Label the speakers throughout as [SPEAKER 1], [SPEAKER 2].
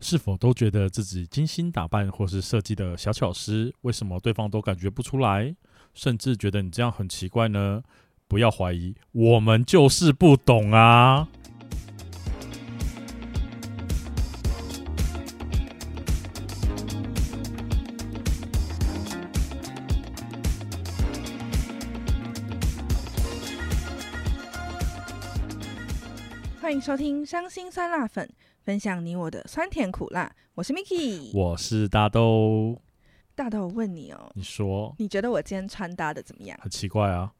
[SPEAKER 1] 是否都觉得自己精心打扮或是设计的小巧思，为什么对方都感觉不出来，甚至觉得你这样很奇怪呢？不要怀疑，我们就是不懂啊！
[SPEAKER 2] 欢迎收听《伤心酸辣粉》，分享你我的酸甜苦辣。我是 Miki，
[SPEAKER 1] 我是大豆，
[SPEAKER 2] 大豆，我问你哦，
[SPEAKER 1] 你说
[SPEAKER 2] 你觉得我今天穿搭的怎么样？
[SPEAKER 1] 很奇怪啊？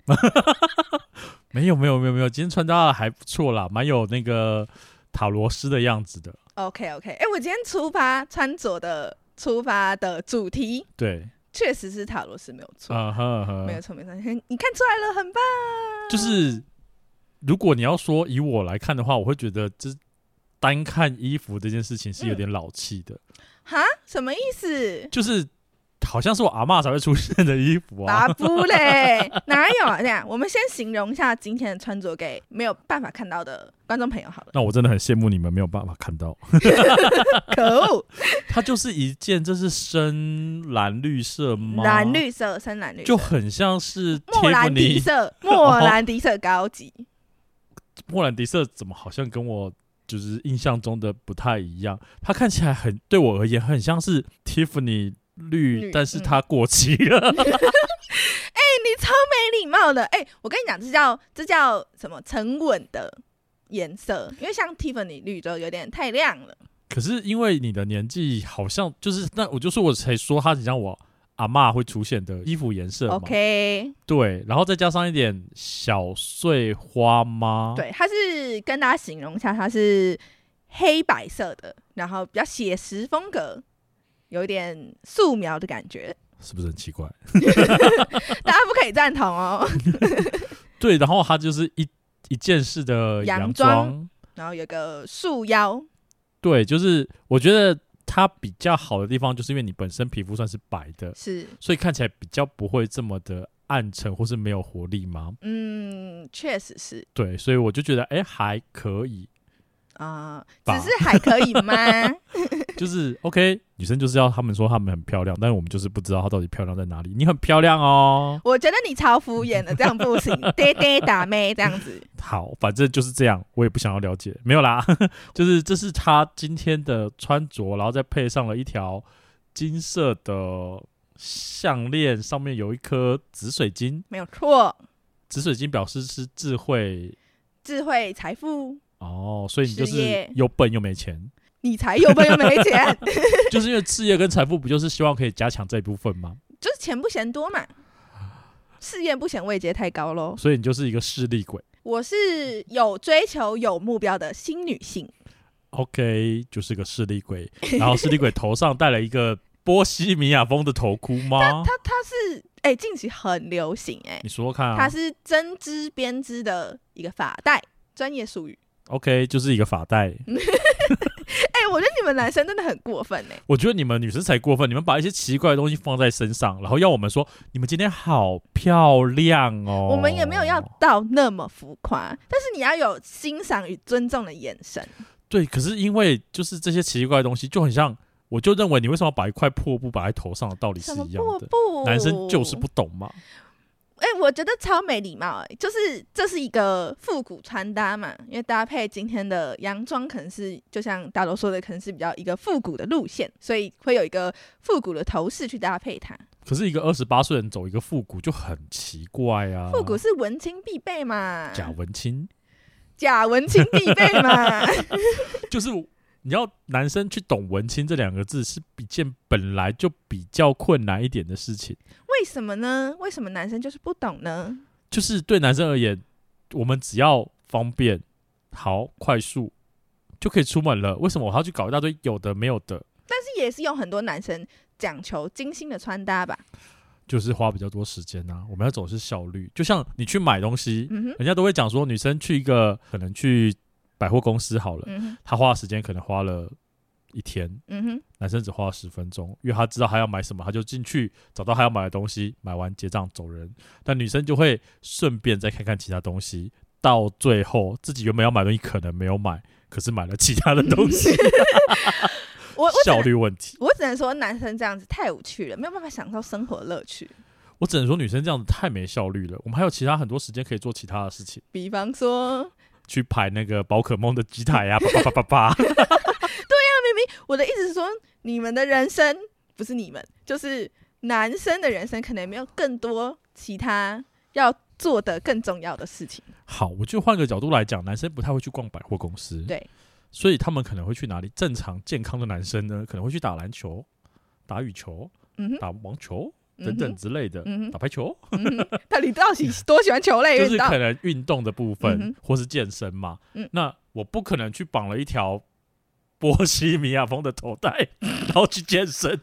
[SPEAKER 1] 没有没有没有没有，今天穿搭的还不错啦，蛮有那个塔罗斯的样子的。
[SPEAKER 2] OK OK，哎、我今天出发穿着的出发的主题
[SPEAKER 1] 对，
[SPEAKER 2] 确实是塔罗斯，没有错，
[SPEAKER 1] 啊呵呵
[SPEAKER 2] 没有错，没错，很你看出来了，很棒。
[SPEAKER 1] 就是如果你要说以我来看的话，我会觉得这单看衣服这件事情是有点老气的，
[SPEAKER 2] 嗯哈，什么意思？
[SPEAKER 1] 就是好像是我阿嬷才会出现的衣服啊。
[SPEAKER 2] 打不 嘞，哪有啊？这样，我们先形容一下今天的穿着给没有办法看到的观众朋友 好了。
[SPEAKER 1] 那我真的很羡慕你们没有办法看到，
[SPEAKER 2] 可恶，
[SPEAKER 1] 它就是一件，这是深蓝绿色吗？
[SPEAKER 2] 蓝绿色，深蓝绿色，
[SPEAKER 1] 就很像是
[SPEAKER 2] 莫兰迪
[SPEAKER 1] Tiffany
[SPEAKER 2] 色，
[SPEAKER 1] 哦
[SPEAKER 2] 莫兰迪色高级。哎
[SPEAKER 1] 莫兰迪色，怎么好像跟我就是印象中的不太一样？它看起来很对我而言很像是 Tiffany 绿，
[SPEAKER 2] 绿
[SPEAKER 1] 但是
[SPEAKER 2] 嗯
[SPEAKER 1] 它过期了。
[SPEAKER 2] 你超没礼貌的！哎、我跟你讲，这叫这叫什么沉稳的颜色，因为像 Tiffany 绿就有点太亮了。
[SPEAKER 1] 可是因为你的年纪好像就是那，我就说我才说它很像我阿嬷会出现的衣服颜色嘛。
[SPEAKER 2] OK，、
[SPEAKER 1] 对，然后再加上一点小碎花吗？，
[SPEAKER 2] 对，它是跟大家形容一下，它是黑白色的，然后比较写实风格，有一点素描的感觉，
[SPEAKER 1] 是不是很奇怪？
[SPEAKER 2] 大家不可以赞同哦。
[SPEAKER 1] 对，然后它就是一一件式的
[SPEAKER 2] 洋
[SPEAKER 1] 洋
[SPEAKER 2] 装然后有个束腰，
[SPEAKER 1] 对，就是我觉得它比较好的地方，就是因为你本身皮肤算是白的，
[SPEAKER 2] 是
[SPEAKER 1] 所以看起来比较不会这么的暗沉或是没有活力吗？
[SPEAKER 2] 嗯，确实是
[SPEAKER 1] 对，所以我就觉得哎、还可以，
[SPEAKER 2] 啊、
[SPEAKER 1] 吧
[SPEAKER 2] 只是还可以吗？
[SPEAKER 1] 就是 OK，女生就是要她们说她们很漂亮，但是我们就是不知道她到底漂亮在哪里。你很漂亮哦，
[SPEAKER 2] 我觉得你超敷衍的，这样不行，爹爹打妹这样子。
[SPEAKER 1] 好，反正就是这样，我也不想要了解，没有啦， 就是这是她今天的穿着，然后再配上了一条金色的项链，上面有一颗紫水晶，
[SPEAKER 2] 没有错，
[SPEAKER 1] 紫水晶表示是智慧
[SPEAKER 2] 智慧、财富，
[SPEAKER 1] 哦，所以你就
[SPEAKER 2] 事
[SPEAKER 1] 是
[SPEAKER 2] 业
[SPEAKER 1] 又笨又没钱，
[SPEAKER 2] 你才有没有没钱，
[SPEAKER 1] 就是因为事业跟财富不就是希望可以加强这一部分 吗？
[SPEAKER 2] 就是钱不嫌多嘛，事业不嫌位阶太高喽。
[SPEAKER 1] 所以你就是一个势利鬼。
[SPEAKER 2] 我是有追求、有目标的新女性，
[SPEAKER 1] OK，就是个势利鬼， 然后势利鬼头上戴了一个波西米亚风的头箍吗？
[SPEAKER 2] 她她是哎、近期很流行哎、
[SPEAKER 1] 你说说看
[SPEAKER 2] 它
[SPEAKER 1] 啊。
[SPEAKER 2] 是针织编织的一个发带，专业术语。
[SPEAKER 1] OK，就是一个发带。
[SPEAKER 2] 哎、我觉得你们男生真的很过分哎、
[SPEAKER 1] 我觉得你们女生才过分，你们把一些奇怪的东西放在身上，然后要我们说你们今天好漂亮哦。
[SPEAKER 2] 我们也没有要到那么浮夸，但是你要有欣赏与尊重的眼神。
[SPEAKER 1] 对，可是因为就是这些奇怪的东西就很像，我就认为你为什么要把一块破布摆在头上的道理是
[SPEAKER 2] 什么
[SPEAKER 1] 一样
[SPEAKER 2] 破
[SPEAKER 1] 的。
[SPEAKER 2] 布？
[SPEAKER 1] 男生就是不懂嘛，
[SPEAKER 2] 哎、我觉得超没礼貌、哎，就是这是一个复古穿搭嘛，因为搭配今天的洋装，可能是就像大罗说的，可能是比较一个复古的路线，所以会有一个复古的头饰去搭配它。
[SPEAKER 1] 可是一个二十八岁人走一个复古就很奇怪啊。
[SPEAKER 2] 复古是文青必备嘛，
[SPEAKER 1] 假文青，
[SPEAKER 2] 假文青必备 嘛。
[SPEAKER 1] 就是你要男生去懂文青这两个字是一件本来就比较困难一点的事情。
[SPEAKER 2] 为什么呢？为什么男生就是不懂呢？
[SPEAKER 1] 就是对男生而言，我们只要方便、好、快速就可以出门了。为什么我还要去搞一大堆有的没有的？
[SPEAKER 2] 但是也是有很多男生讲求精心的穿搭吧。
[SPEAKER 1] 就是花比较多时间啊。我们要走的是效率，就像你去买东西，
[SPEAKER 2] 嗯哼，
[SPEAKER 1] 人家都会讲说，女生去一个可能去百货公司好了，
[SPEAKER 2] 嗯哼，
[SPEAKER 1] 她花的时间可能花了一天，
[SPEAKER 2] 嗯哼，
[SPEAKER 1] 男生只花了十分钟，因为他知道他要买什么，他就进去找到他要买的东西，买完结账走人。但女生就会顺便再看看其他东西，到最后自己原本要买的东西可能没有买，可是买了其他的东西。
[SPEAKER 2] 我我只
[SPEAKER 1] 效
[SPEAKER 2] 能
[SPEAKER 1] 率问题。
[SPEAKER 2] 我只能说男生这样子太无趣了，没有办法享受生活乐趣。
[SPEAKER 1] 我只能说女生这样子太没效率了。我们还有其他很多时间可以做其他的事情，
[SPEAKER 2] 比方说，
[SPEAKER 1] 去排那个宝可梦的机台啊呀、叭叭叭叭叭。
[SPEAKER 2] 我的意思是说，你们的人生不是你们，就是男生的人生，可能没有更多其他要做的更重要的事情。
[SPEAKER 1] 好，我就换个角度来讲，男生不太会去逛百货公司，
[SPEAKER 2] 对，
[SPEAKER 1] 所以他们可能会去哪里？正常健康的男生呢，可能会去打篮球、打羽球、
[SPEAKER 2] 嗯哼，
[SPEAKER 1] 打网球
[SPEAKER 2] 嗯
[SPEAKER 1] 等等
[SPEAKER 2] 哼，
[SPEAKER 1] 之类的，
[SPEAKER 2] 嗯哼
[SPEAKER 1] 打排球，
[SPEAKER 2] 嗯哼，到底到底多喜欢球 类
[SPEAKER 1] 就
[SPEAKER 2] 运
[SPEAKER 1] 是
[SPEAKER 2] 动？
[SPEAKER 1] 可能运动的部分、
[SPEAKER 2] 嗯哼
[SPEAKER 1] 或是健身嘛。
[SPEAKER 2] 嗯
[SPEAKER 1] 那我不可能去绑了一条波西米亚风的头 带，然后去健身。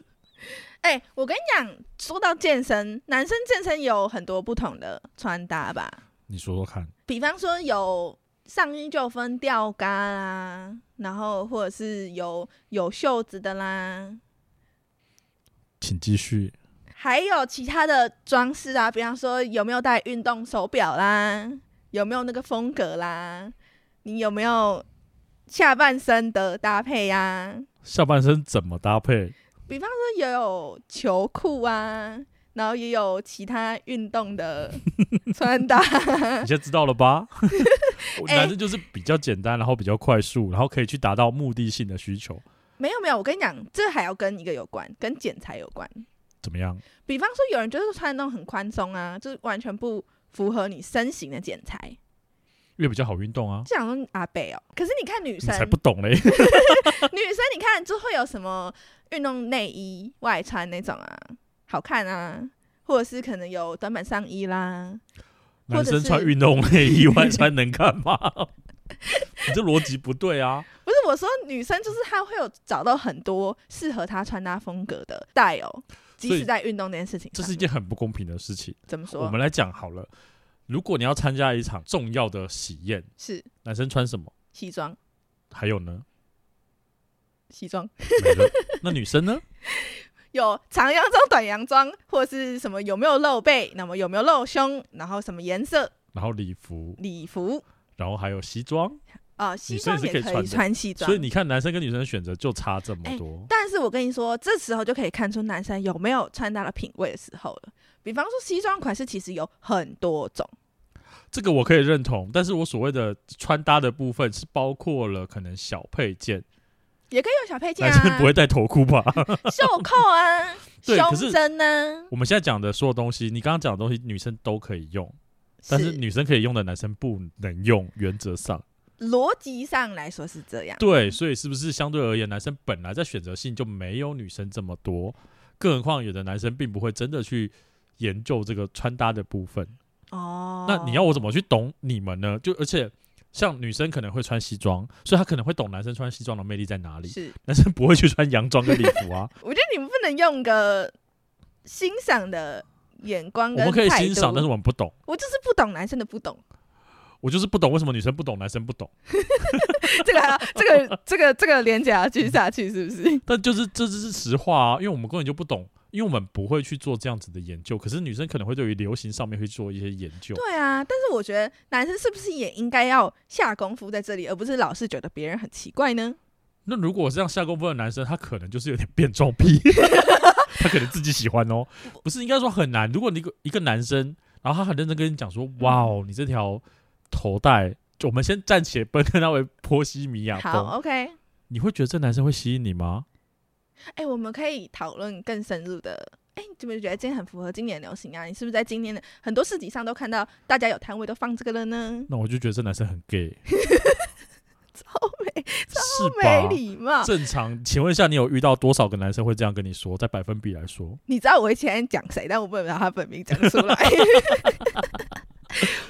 [SPEAKER 2] 哎、我跟你讲，说到健身，男生健身有很多不同的穿搭吧，
[SPEAKER 1] 你说说看，
[SPEAKER 2] 比方说有上衣就分吊嘎啦，然后或者是有有袖子的啦，
[SPEAKER 1] 请继续。
[SPEAKER 2] 还有其他的装饰啊，比方说有没有戴运动手表啦，有没有那个风格啦，你有没有下半身的搭配呀、
[SPEAKER 1] 下半身怎么搭配？
[SPEAKER 2] 比方说也有球裤啊，然后也有其他运动的穿搭。
[SPEAKER 1] 你现在知道了吧？我
[SPEAKER 2] 嗯哎
[SPEAKER 1] 男生就是比较简单，然后比较快速，然后可以去达到目的性的需求，
[SPEAKER 2] 没有没有，我跟你讲，这还要跟一个有关，跟剪裁有关。
[SPEAKER 1] 怎么样？
[SPEAKER 2] 比方说，有人就是穿那种很宽松啊，就是完全不符合你身形的剪裁，
[SPEAKER 1] 因为比较好运动啊。
[SPEAKER 2] 就想说阿北哦。可是你看女
[SPEAKER 1] 你
[SPEAKER 2] 生，
[SPEAKER 1] 才不懂嘞！
[SPEAKER 2] 女生你看就会有什么运动内衣外穿那种啊，好看啊，或者是可能有短版上衣啦。
[SPEAKER 1] 男
[SPEAKER 2] 或者
[SPEAKER 1] 生
[SPEAKER 2] 是
[SPEAKER 1] 穿运动内衣外穿能干嘛？ 你这逻辑不对啊！
[SPEAKER 2] 不是我说，女生就是她会有找到很多适合她穿搭风格的 style，即
[SPEAKER 1] 所以
[SPEAKER 2] 使在运动这件事情
[SPEAKER 1] 这
[SPEAKER 2] 上
[SPEAKER 1] 是一件很不公平的事情。
[SPEAKER 2] 怎么
[SPEAKER 1] 我
[SPEAKER 2] 说？
[SPEAKER 1] 们来讲好了，如果你要参加一场重要的喜宴，
[SPEAKER 2] 是
[SPEAKER 1] 男生穿什么？
[SPEAKER 2] 西装，
[SPEAKER 1] 还有呢？
[SPEAKER 2] 西装
[SPEAKER 1] 没了。那女生呢？
[SPEAKER 2] 有长洋装、短洋装，或是什么有没有露背，那么有没有露胸，然后什么颜色
[SPEAKER 1] 然后礼服，
[SPEAKER 2] 礼服
[SPEAKER 1] 然后还有西装。
[SPEAKER 2] 啊、西装
[SPEAKER 1] 女生也
[SPEAKER 2] 也
[SPEAKER 1] 是可以
[SPEAKER 2] 可
[SPEAKER 1] 穿
[SPEAKER 2] 以
[SPEAKER 1] 的
[SPEAKER 2] 穿西装
[SPEAKER 1] 所以。你看，男生跟女生的选择就差这么
[SPEAKER 2] 哎
[SPEAKER 1] 多。
[SPEAKER 2] 但是我跟你说，这时候就可以看出男生有没有穿搭的品味的时候了。比方说，西装款式其实有很多种，
[SPEAKER 1] 这个我可以认同，但是我所谓的穿搭的部分是包括了可能小配件，
[SPEAKER 2] 也可以有小配件
[SPEAKER 1] 男生
[SPEAKER 2] 啊
[SPEAKER 1] 不，会戴头箍吧？
[SPEAKER 2] 袖扣啊，
[SPEAKER 1] 对可是
[SPEAKER 2] 胸针呢、
[SPEAKER 1] 我们现在讲的所有东西，你刚刚讲的东西，女生都可以用，但是女生可以用的，男生不能用，原则上。
[SPEAKER 2] 逻辑上来说是这样。
[SPEAKER 1] 对，所以是不是相对而言，男生本来在选择性就没有女生这么多？更何况有的男生并不会真的去研究这个穿搭的部分。
[SPEAKER 2] 哦，
[SPEAKER 1] 那你要我怎么去懂你们呢？就而且像女生可能会穿西装，所以她可能会懂男生穿西装的魅力在哪里。
[SPEAKER 2] 是，
[SPEAKER 1] 男生不会去穿洋装跟礼服啊，
[SPEAKER 2] 我觉得你们不能用个欣赏的眼光
[SPEAKER 1] 我
[SPEAKER 2] 跟
[SPEAKER 1] 们可以
[SPEAKER 2] 态
[SPEAKER 1] 欣赏，
[SPEAKER 2] 度
[SPEAKER 1] 但是我们不懂。
[SPEAKER 2] 我就是不懂男生的不懂，
[SPEAKER 1] 我就是不懂为什么女生不懂，男生不懂。
[SPEAKER 2] 这个还要这个这个这个连接要继续下去，是不是？
[SPEAKER 1] 但就是这就是实话啊，因为我们根本就不懂，因为我们不会去做这样子的研究。可是女生可能会对于流行上面会做一些研究。
[SPEAKER 2] 对啊，但是我觉得男生是不是也应该要下功夫在这里，而不是老是觉得别人很奇怪呢？
[SPEAKER 1] 那如果这样下功夫的男生，他可能就是有点变装 癖，他可能自己喜欢哦，不是应该说很难。如果你一个一个男生，然后他很认真跟你讲说：“哇哦，你这条头带，就我们先暂且不称他为波西米亚风
[SPEAKER 2] 好，，OK，哎、
[SPEAKER 1] 你会觉得这男生会吸引你吗？”
[SPEAKER 2] 我们可以讨论更深入的。哎、你怎么觉得今天很符合今年的流行啊？你是不是在今年的很多市集上都看到大家有摊位都放这个了呢？
[SPEAKER 1] 那我就觉得这男生很 gay，
[SPEAKER 2] 超没
[SPEAKER 1] 是
[SPEAKER 2] 没
[SPEAKER 1] 吧？
[SPEAKER 2] 礼貌！
[SPEAKER 1] 正常，请问一下，你有遇到多少个男生会这样跟你说？在百分比来说，
[SPEAKER 2] 你知道我以前讲谁，但我不能把他本名讲 出来。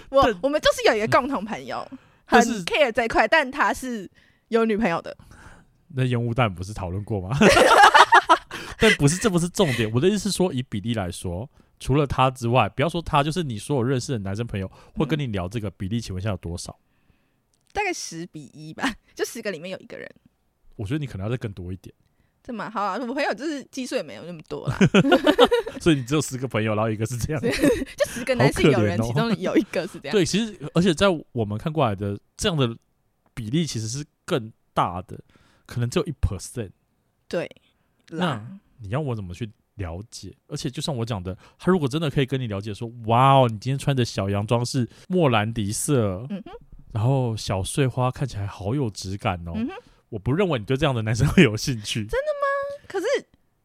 [SPEAKER 2] 我
[SPEAKER 1] 但
[SPEAKER 2] 我们就是有一个共同朋友，很
[SPEAKER 1] 但是
[SPEAKER 2] care 这一块，但他是有女朋友的。
[SPEAKER 1] 那烟雾弹不是讨论过吗？ 但不是，这不是重点。我的意思是说，以比例来说，除了他之外，不要说他，就是你所有认识的男生朋友会跟你聊这个比例，请问一下有多少？
[SPEAKER 2] 大概十比一吧，就十个里面有一个人，
[SPEAKER 1] 我觉得你可能要再更多一点，
[SPEAKER 2] 这蛮好啊。我朋友就是基数也没有那么 多啦，
[SPEAKER 1] 所以你只有十个朋友，然后一个是这样。
[SPEAKER 2] 就十个男性友人，
[SPEAKER 1] 好
[SPEAKER 2] 其
[SPEAKER 1] 可怜哦
[SPEAKER 2] 中有一个是这样。
[SPEAKER 1] 对，其实而且在我们看过来的这样的比例其实是更大的，可能只有一 percent。
[SPEAKER 2] 对啦，
[SPEAKER 1] 你要我怎么去了解？而且就像我讲的，他如果真的可以跟你了解说，哇哦，你今天穿的小洋装是莫兰迪色，
[SPEAKER 2] 嗯
[SPEAKER 1] 然后小碎花看起来好有质感哦。
[SPEAKER 2] 嗯
[SPEAKER 1] 我不认为你对这样的男生会有兴趣，
[SPEAKER 2] 可是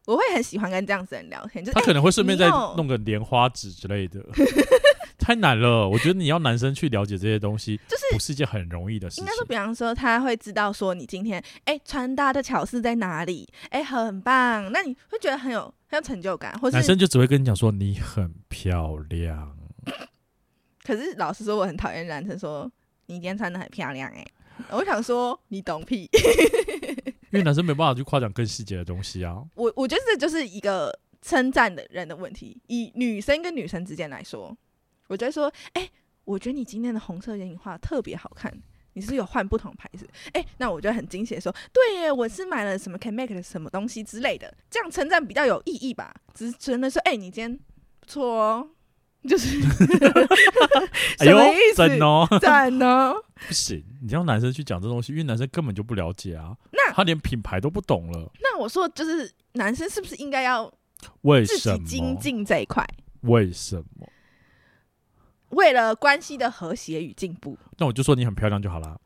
[SPEAKER 2] 我会很喜欢跟这样子的人聊天，就是
[SPEAKER 1] 他可能会顺便再
[SPEAKER 2] 你有
[SPEAKER 1] 弄个莲花指之类的， 太难了。我觉得你要男生去了解这些东西，
[SPEAKER 2] 就是
[SPEAKER 1] 不是一件很容易的事
[SPEAKER 2] 应
[SPEAKER 1] 情
[SPEAKER 2] 该。说，比方说他会知道说你今天哎、穿搭的巧思在哪里，哎、很棒，那你会觉得很有很有成就感，或
[SPEAKER 1] 男
[SPEAKER 2] 是
[SPEAKER 1] 生就只会跟你讲说你很漂亮，
[SPEAKER 2] 可是老实说，我很讨厌男生说你今天穿的很漂亮、哎，我想说你懂屁，
[SPEAKER 1] 因为男生没办法去夸奖更细节的东西啊。
[SPEAKER 2] 我我觉得这就是一个称赞的人的问题，以女生跟女生之间来说，我觉得说哎、我觉得你今天的红色眼影画得特别好看。你是不是有换不同牌子，哎、那我就很惊喜的说，对耶，我是买了什么 Can Make 的什么东西之类的，这样称赞比较有意义吧。只是真的说，哎、你今天不错哦，就是
[SPEAKER 1] 哎
[SPEAKER 2] 什
[SPEAKER 1] 呦
[SPEAKER 2] 么意，思
[SPEAKER 1] 真哦，
[SPEAKER 2] 赞哦。
[SPEAKER 1] 不行，你让男生去讲这东西，因为男生根本就不了解啊，
[SPEAKER 2] 那
[SPEAKER 1] 他连品牌都不懂了，
[SPEAKER 2] 那我说，就是男生是不是应该要
[SPEAKER 1] 为
[SPEAKER 2] 自
[SPEAKER 1] 什
[SPEAKER 2] 己精
[SPEAKER 1] 么？
[SPEAKER 2] 进这一块，
[SPEAKER 1] 为什么？
[SPEAKER 2] 为了关系的和谐与进步？
[SPEAKER 1] 那我就说你很漂亮就好啦。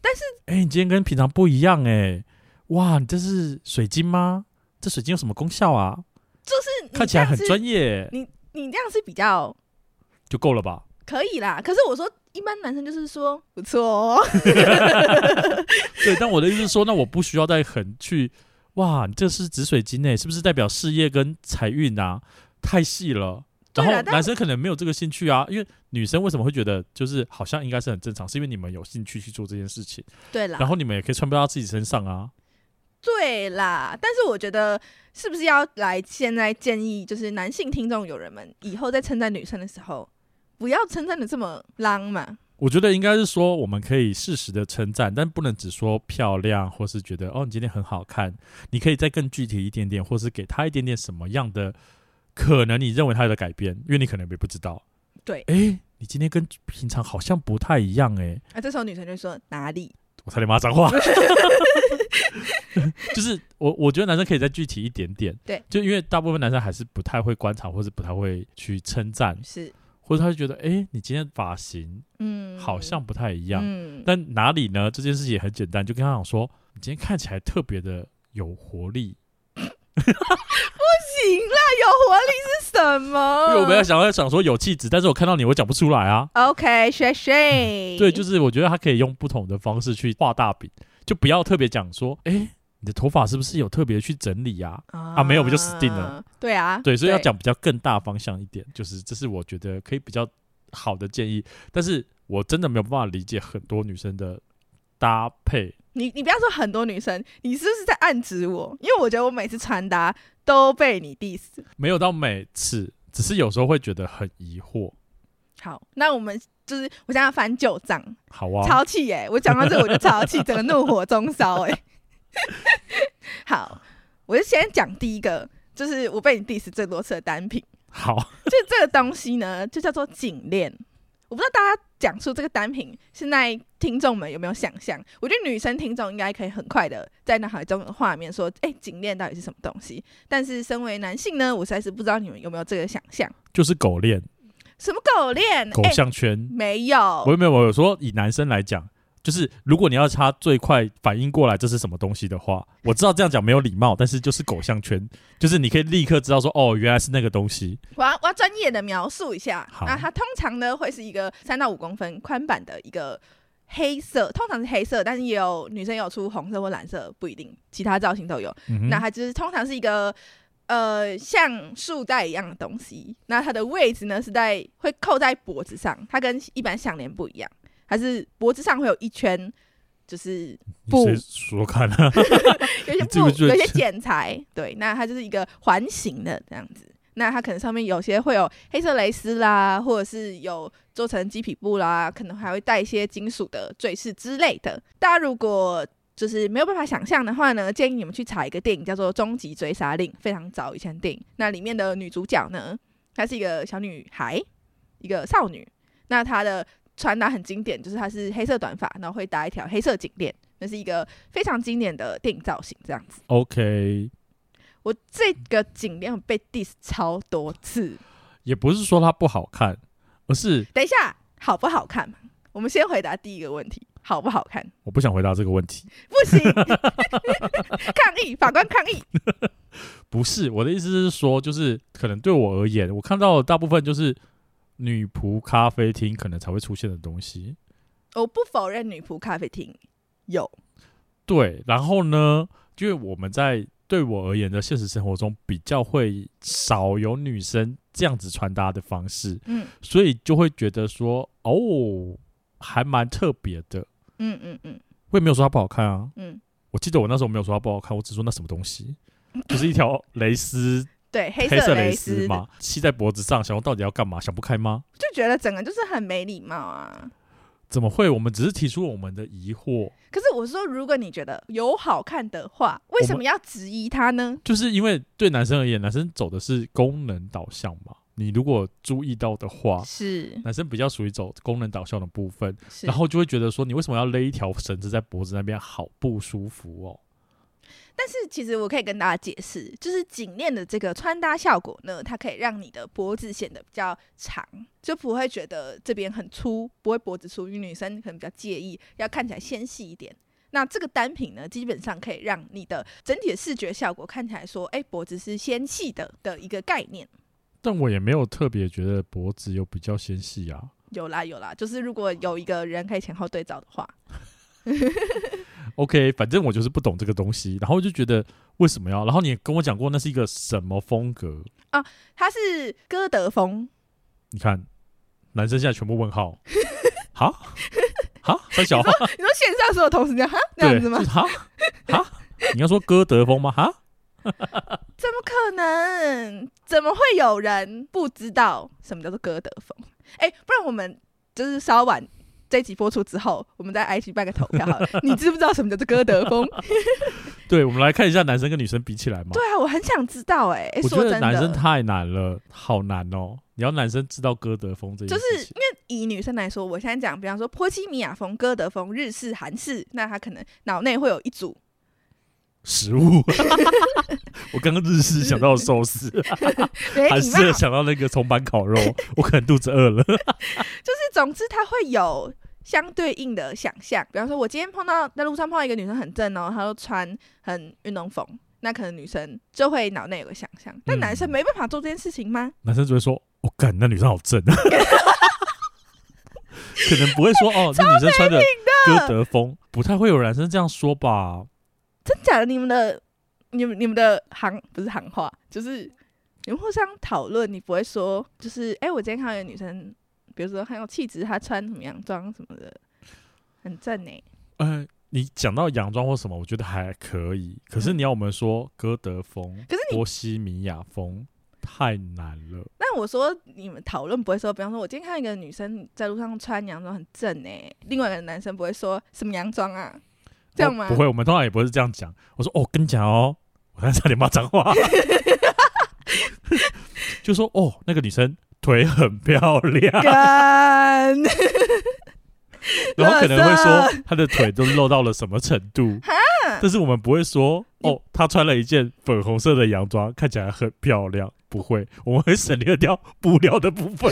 [SPEAKER 2] 但是，
[SPEAKER 1] 哎、你今天跟平常不一样哎、哇，你这是水晶吗？这水晶有什么功效啊？
[SPEAKER 2] 就是你
[SPEAKER 1] 看起来
[SPEAKER 2] 这样
[SPEAKER 1] 很
[SPEAKER 2] 是
[SPEAKER 1] 专业，
[SPEAKER 2] 你这样是比较
[SPEAKER 1] 就够了吧？
[SPEAKER 2] 可以啦。可是我说，一般男生就是说不错哦，
[SPEAKER 1] 对，但我的意思是说，那我不需要再很去，哇，你这是紫水晶哎、是不是代表事业跟财运啊？太细了。 然
[SPEAKER 2] 对
[SPEAKER 1] 后
[SPEAKER 2] 啦但
[SPEAKER 1] 男生可能没有这个兴趣啊，因为女生为什么会觉得就是好像应该是很正常，是因为你们有兴趣去做这件事情，
[SPEAKER 2] 对啦
[SPEAKER 1] 然，后你们也可以穿不到自己身上啊。
[SPEAKER 2] 对啦。但是我觉得，是不是要来现在建议，就是男性听众友人们，以后在称赞女生的时候，不要称赞的这么浪嘛？
[SPEAKER 1] 我觉得应该是说，我们可以适时的称赞，但不能只说漂亮，或是觉得哦你今天很好看。你可以再更具体一点点，或是给他一点点什么样的可能你认为他的改变，因为你可能也不知道。
[SPEAKER 2] 对
[SPEAKER 1] 诶，你今天跟平常好像不太一样诶，
[SPEAKER 2] 啊，这时候女生就说哪里？
[SPEAKER 1] 我差点骂脏 话。就是我，我觉得男生可以再具体一点点。
[SPEAKER 2] 对，
[SPEAKER 1] 就因为大部分男生还是不太会观察，或是不太会去称赞，
[SPEAKER 2] 是，
[SPEAKER 1] 或者他就觉得，诶，你今天发型
[SPEAKER 2] 嗯，
[SPEAKER 1] 好像不太一样。
[SPEAKER 2] 嗯，
[SPEAKER 1] 但哪里呢？这件事情也很简单，就跟他讲说，你今天看起来特别的有活力。
[SPEAKER 2] 行啦，有活力是什么？
[SPEAKER 1] 因为我本来想要想说有气质，但是我看到你，我讲不出来啊。
[SPEAKER 2] OK，学学，
[SPEAKER 1] 对，就是我觉得他可以用不同的方式去画大饼，就不要特别讲说，哎、你的头发是不是有特别去整理啊？
[SPEAKER 2] 啊
[SPEAKER 1] 啊没有不就死定了？
[SPEAKER 2] 对啊，
[SPEAKER 1] 对，所以要讲比较更大方向一点，就是这是我觉得可以比较好的建议。但是我真的没有办法理解很多女生的搭配，
[SPEAKER 2] 你，你不要说很多女生，你是不是在暗指我？因为我觉得我每次穿搭都被你 diss。
[SPEAKER 1] 没有到每次，只是有时候会觉得很疑惑。
[SPEAKER 2] 好，那我们就是我现在要翻旧账，
[SPEAKER 1] 好啊，
[SPEAKER 2] 超气耶、我讲到这我就超气，整个怒火中烧哎、 好，我就先讲第一个，就是我被你 diss 最多次的单品。
[SPEAKER 1] 好，
[SPEAKER 2] 就这个东西呢，就叫做颈链。我不知道大家讲述这个单品，现在听众们有没有想象？我觉得女生听众应该可以很快的在脑海中有画面说，哎、颈链到底是什么东西？但是身为男性呢，我实在是不知道你们有没有这个想象，
[SPEAKER 1] 就是狗链、
[SPEAKER 2] 什么狗链？
[SPEAKER 1] 狗
[SPEAKER 2] 哎、哦
[SPEAKER 1] 项圈。
[SPEAKER 2] 没有
[SPEAKER 1] 我，有没有？我有说以男生来讲，就是如果你要他最快反应过来这是什么东西的 话，我知道这样讲没有礼貌，但是就是狗项圈，就是你可以立刻知道说哦，原来是那个东西。
[SPEAKER 2] 我要我要专业的描述一下。
[SPEAKER 1] 好
[SPEAKER 2] 那它通常呢会是一个三到五公分宽版的一个黑色，通常是黑色，但是也有女生有出红色或蓝色，不一定，其他造型都有。
[SPEAKER 1] 嗯
[SPEAKER 2] 那
[SPEAKER 1] 哼，
[SPEAKER 2] 它就是通常是一个呃像束带一样的东西。那它的位置呢是在会扣在脖子上，它跟一般项链不一样，它是脖子上会有一圈，就是
[SPEAKER 1] 你
[SPEAKER 2] 不
[SPEAKER 1] 谁说看啊？
[SPEAKER 2] 有一些
[SPEAKER 1] 你记
[SPEAKER 2] 布
[SPEAKER 1] 不记
[SPEAKER 2] 有
[SPEAKER 1] 得
[SPEAKER 2] 一些剪裁，对，那它就是一个环形的这样子。那它可能上面有些会有黑色蕾丝啦，或者是有做成鸡皮布啦，可能还会带一些金属的坠饰之类的。大家如果就是没有办法想象的话呢，建议你们去查一个电影叫做《终极追杀令》，非常早以前的电影。那里面的女主角呢，她是一个小女孩，一个少女。那她的穿搭很经典，就是她是黑色短发，然后会搭一条黑色颈链，那、是一个非常经典的电影造型，这样子。
[SPEAKER 1] OK，
[SPEAKER 2] 我这个景亮被 diss 超多次。
[SPEAKER 1] 也不是说它不好看，而是
[SPEAKER 2] 等一下，好不好看嘛？我们先回答第一个问题，好不好看？
[SPEAKER 1] 我不想回答这个问题。
[SPEAKER 2] 不行， 抗议，法官抗议。
[SPEAKER 1] 不是我的意思是说，就是可能对我而言，我看到的大部分就是女仆咖啡厅可能才会出现的东西。
[SPEAKER 2] 我不否认女仆咖啡厅有，
[SPEAKER 1] 对，然后呢，因为我们在对我而言的现实生活中比较会少有女生这样子穿搭的方式，
[SPEAKER 2] 嗯
[SPEAKER 1] 所以就会觉得说，哦，还蛮特别的。
[SPEAKER 2] 嗯嗯嗯
[SPEAKER 1] 我也没有说它不好看啊，
[SPEAKER 2] 嗯，
[SPEAKER 1] 我记得我那时候没有说它不好看，我只说那什么东 西，就是一条蕾丝
[SPEAKER 2] 对，黑
[SPEAKER 1] 黑色
[SPEAKER 2] 蕾
[SPEAKER 1] 蕾丝嘛，系在脖子上，想说到底要干嘛？想不开吗？
[SPEAKER 2] 就觉得整个就是很没礼貌啊。
[SPEAKER 1] 怎么会？我们只是提出我们的疑惑，
[SPEAKER 2] 可是我说，如果你觉得有好看的话，为什么要质疑它呢？
[SPEAKER 1] 就是因为对男生而言，男生走的是功能导向嘛。你如果注意到的话，
[SPEAKER 2] 是
[SPEAKER 1] 男生比较属于走功能导向的部分，
[SPEAKER 2] 是，
[SPEAKER 1] 然后就会觉得说，你为什么要勒一条绳子在脖子那边，好不舒服哦。
[SPEAKER 2] 但是其实我可以跟大家解释，就是颈链的这个穿搭效果呢，它可以让你的脖子显得比较长，就不会觉得这边很粗，不会脖子粗，因为女生可能比较介意，要看起来纤细一点。那这个单品呢，基本上可以让你的整体的视觉效果看起来说，哎、脖子是纤细的的一个概念。
[SPEAKER 1] 但我也没有特别觉得脖子有比较纤细啊。
[SPEAKER 2] 有啦有啦，就是如果有一个人可以前后对照的话，
[SPEAKER 1] OK，反正我就是不懂这个东西，然后就觉得为什么要？然后你也跟我讲过那是一个什么风格？
[SPEAKER 2] 它是歌德风，
[SPEAKER 1] 你看，男生现在全部问号，哈哈，三小，
[SPEAKER 2] 你说线上所有同事这样哈这
[SPEAKER 1] 对，
[SPEAKER 2] 样子吗
[SPEAKER 1] 就是？哈哈，你要说歌德风吗？哈，
[SPEAKER 2] 怎么可能？怎么会有人不知道什么叫做歌德风？哎、不然我们就是稍晚这集播出之后，我们在 IG 办个投票 好了。你知不知道什么叫做歌德风？
[SPEAKER 1] 对，我们来看一下男生跟女生比起来嘛。
[SPEAKER 2] 对啊，我很想知道哎、哎
[SPEAKER 1] 我觉
[SPEAKER 2] 说
[SPEAKER 1] 得
[SPEAKER 2] 真
[SPEAKER 1] 男生
[SPEAKER 2] 的，
[SPEAKER 1] 太难了，好难哦。你要男生知道歌德风这件
[SPEAKER 2] 就
[SPEAKER 1] 事
[SPEAKER 2] 是
[SPEAKER 1] 情，
[SPEAKER 2] 因为以女生来说，我现在讲，比方说波西米亚风、歌德风、日式、韩式，那她可能脑内会有一 组。
[SPEAKER 1] 食物。 我刚刚日式想到寿 司，
[SPEAKER 2] 没
[SPEAKER 1] 韩
[SPEAKER 2] 礼貌
[SPEAKER 1] 式想到那个松板烤肉，我可能肚子饿了。
[SPEAKER 2] 就是总之他会有相对应的想象。比方说，我今天碰到在路上碰到一个女生很正哦，她都穿很运动风，那可能女生就会脑内有个想象。但男生没办法做这件事情吗？
[SPEAKER 1] 男生只会说：“我、干，那女生好正。”啊 可能不会说哦，那女生穿的歌德风，不太会有男生这样说吧？
[SPEAKER 2] 真假的？你们的、你们、你们的行不是行话，就是你们互相讨论，你不会说就是哎、诶我今天看到一个女生，比如说很有气质，她穿什么洋装什么的，很正欸呢、
[SPEAKER 1] 呃，你讲到洋装或什么，我觉得还可以。可是你要我们说歌德风、
[SPEAKER 2] 可是你
[SPEAKER 1] 波西米亚风，太难了。
[SPEAKER 2] 那我说你们讨论不会说，比方说我今天看到一个女生在路上穿洋装很正哎、另外一个男生不会说什么洋装 啊，这样吗？
[SPEAKER 1] 哦不会，我们通常也不是这样讲。我说：“哦，跟你讲哦，我刚才差点骂脏话。” 就说：“哦，那个女生腿很漂亮。”
[SPEAKER 2] 干
[SPEAKER 1] 然后可能会说他的腿都露到了什么程度，但是我们不会说哦，他穿了一件粉红色的洋装，看起来很漂亮，不会，我们会省略掉布料的部 分。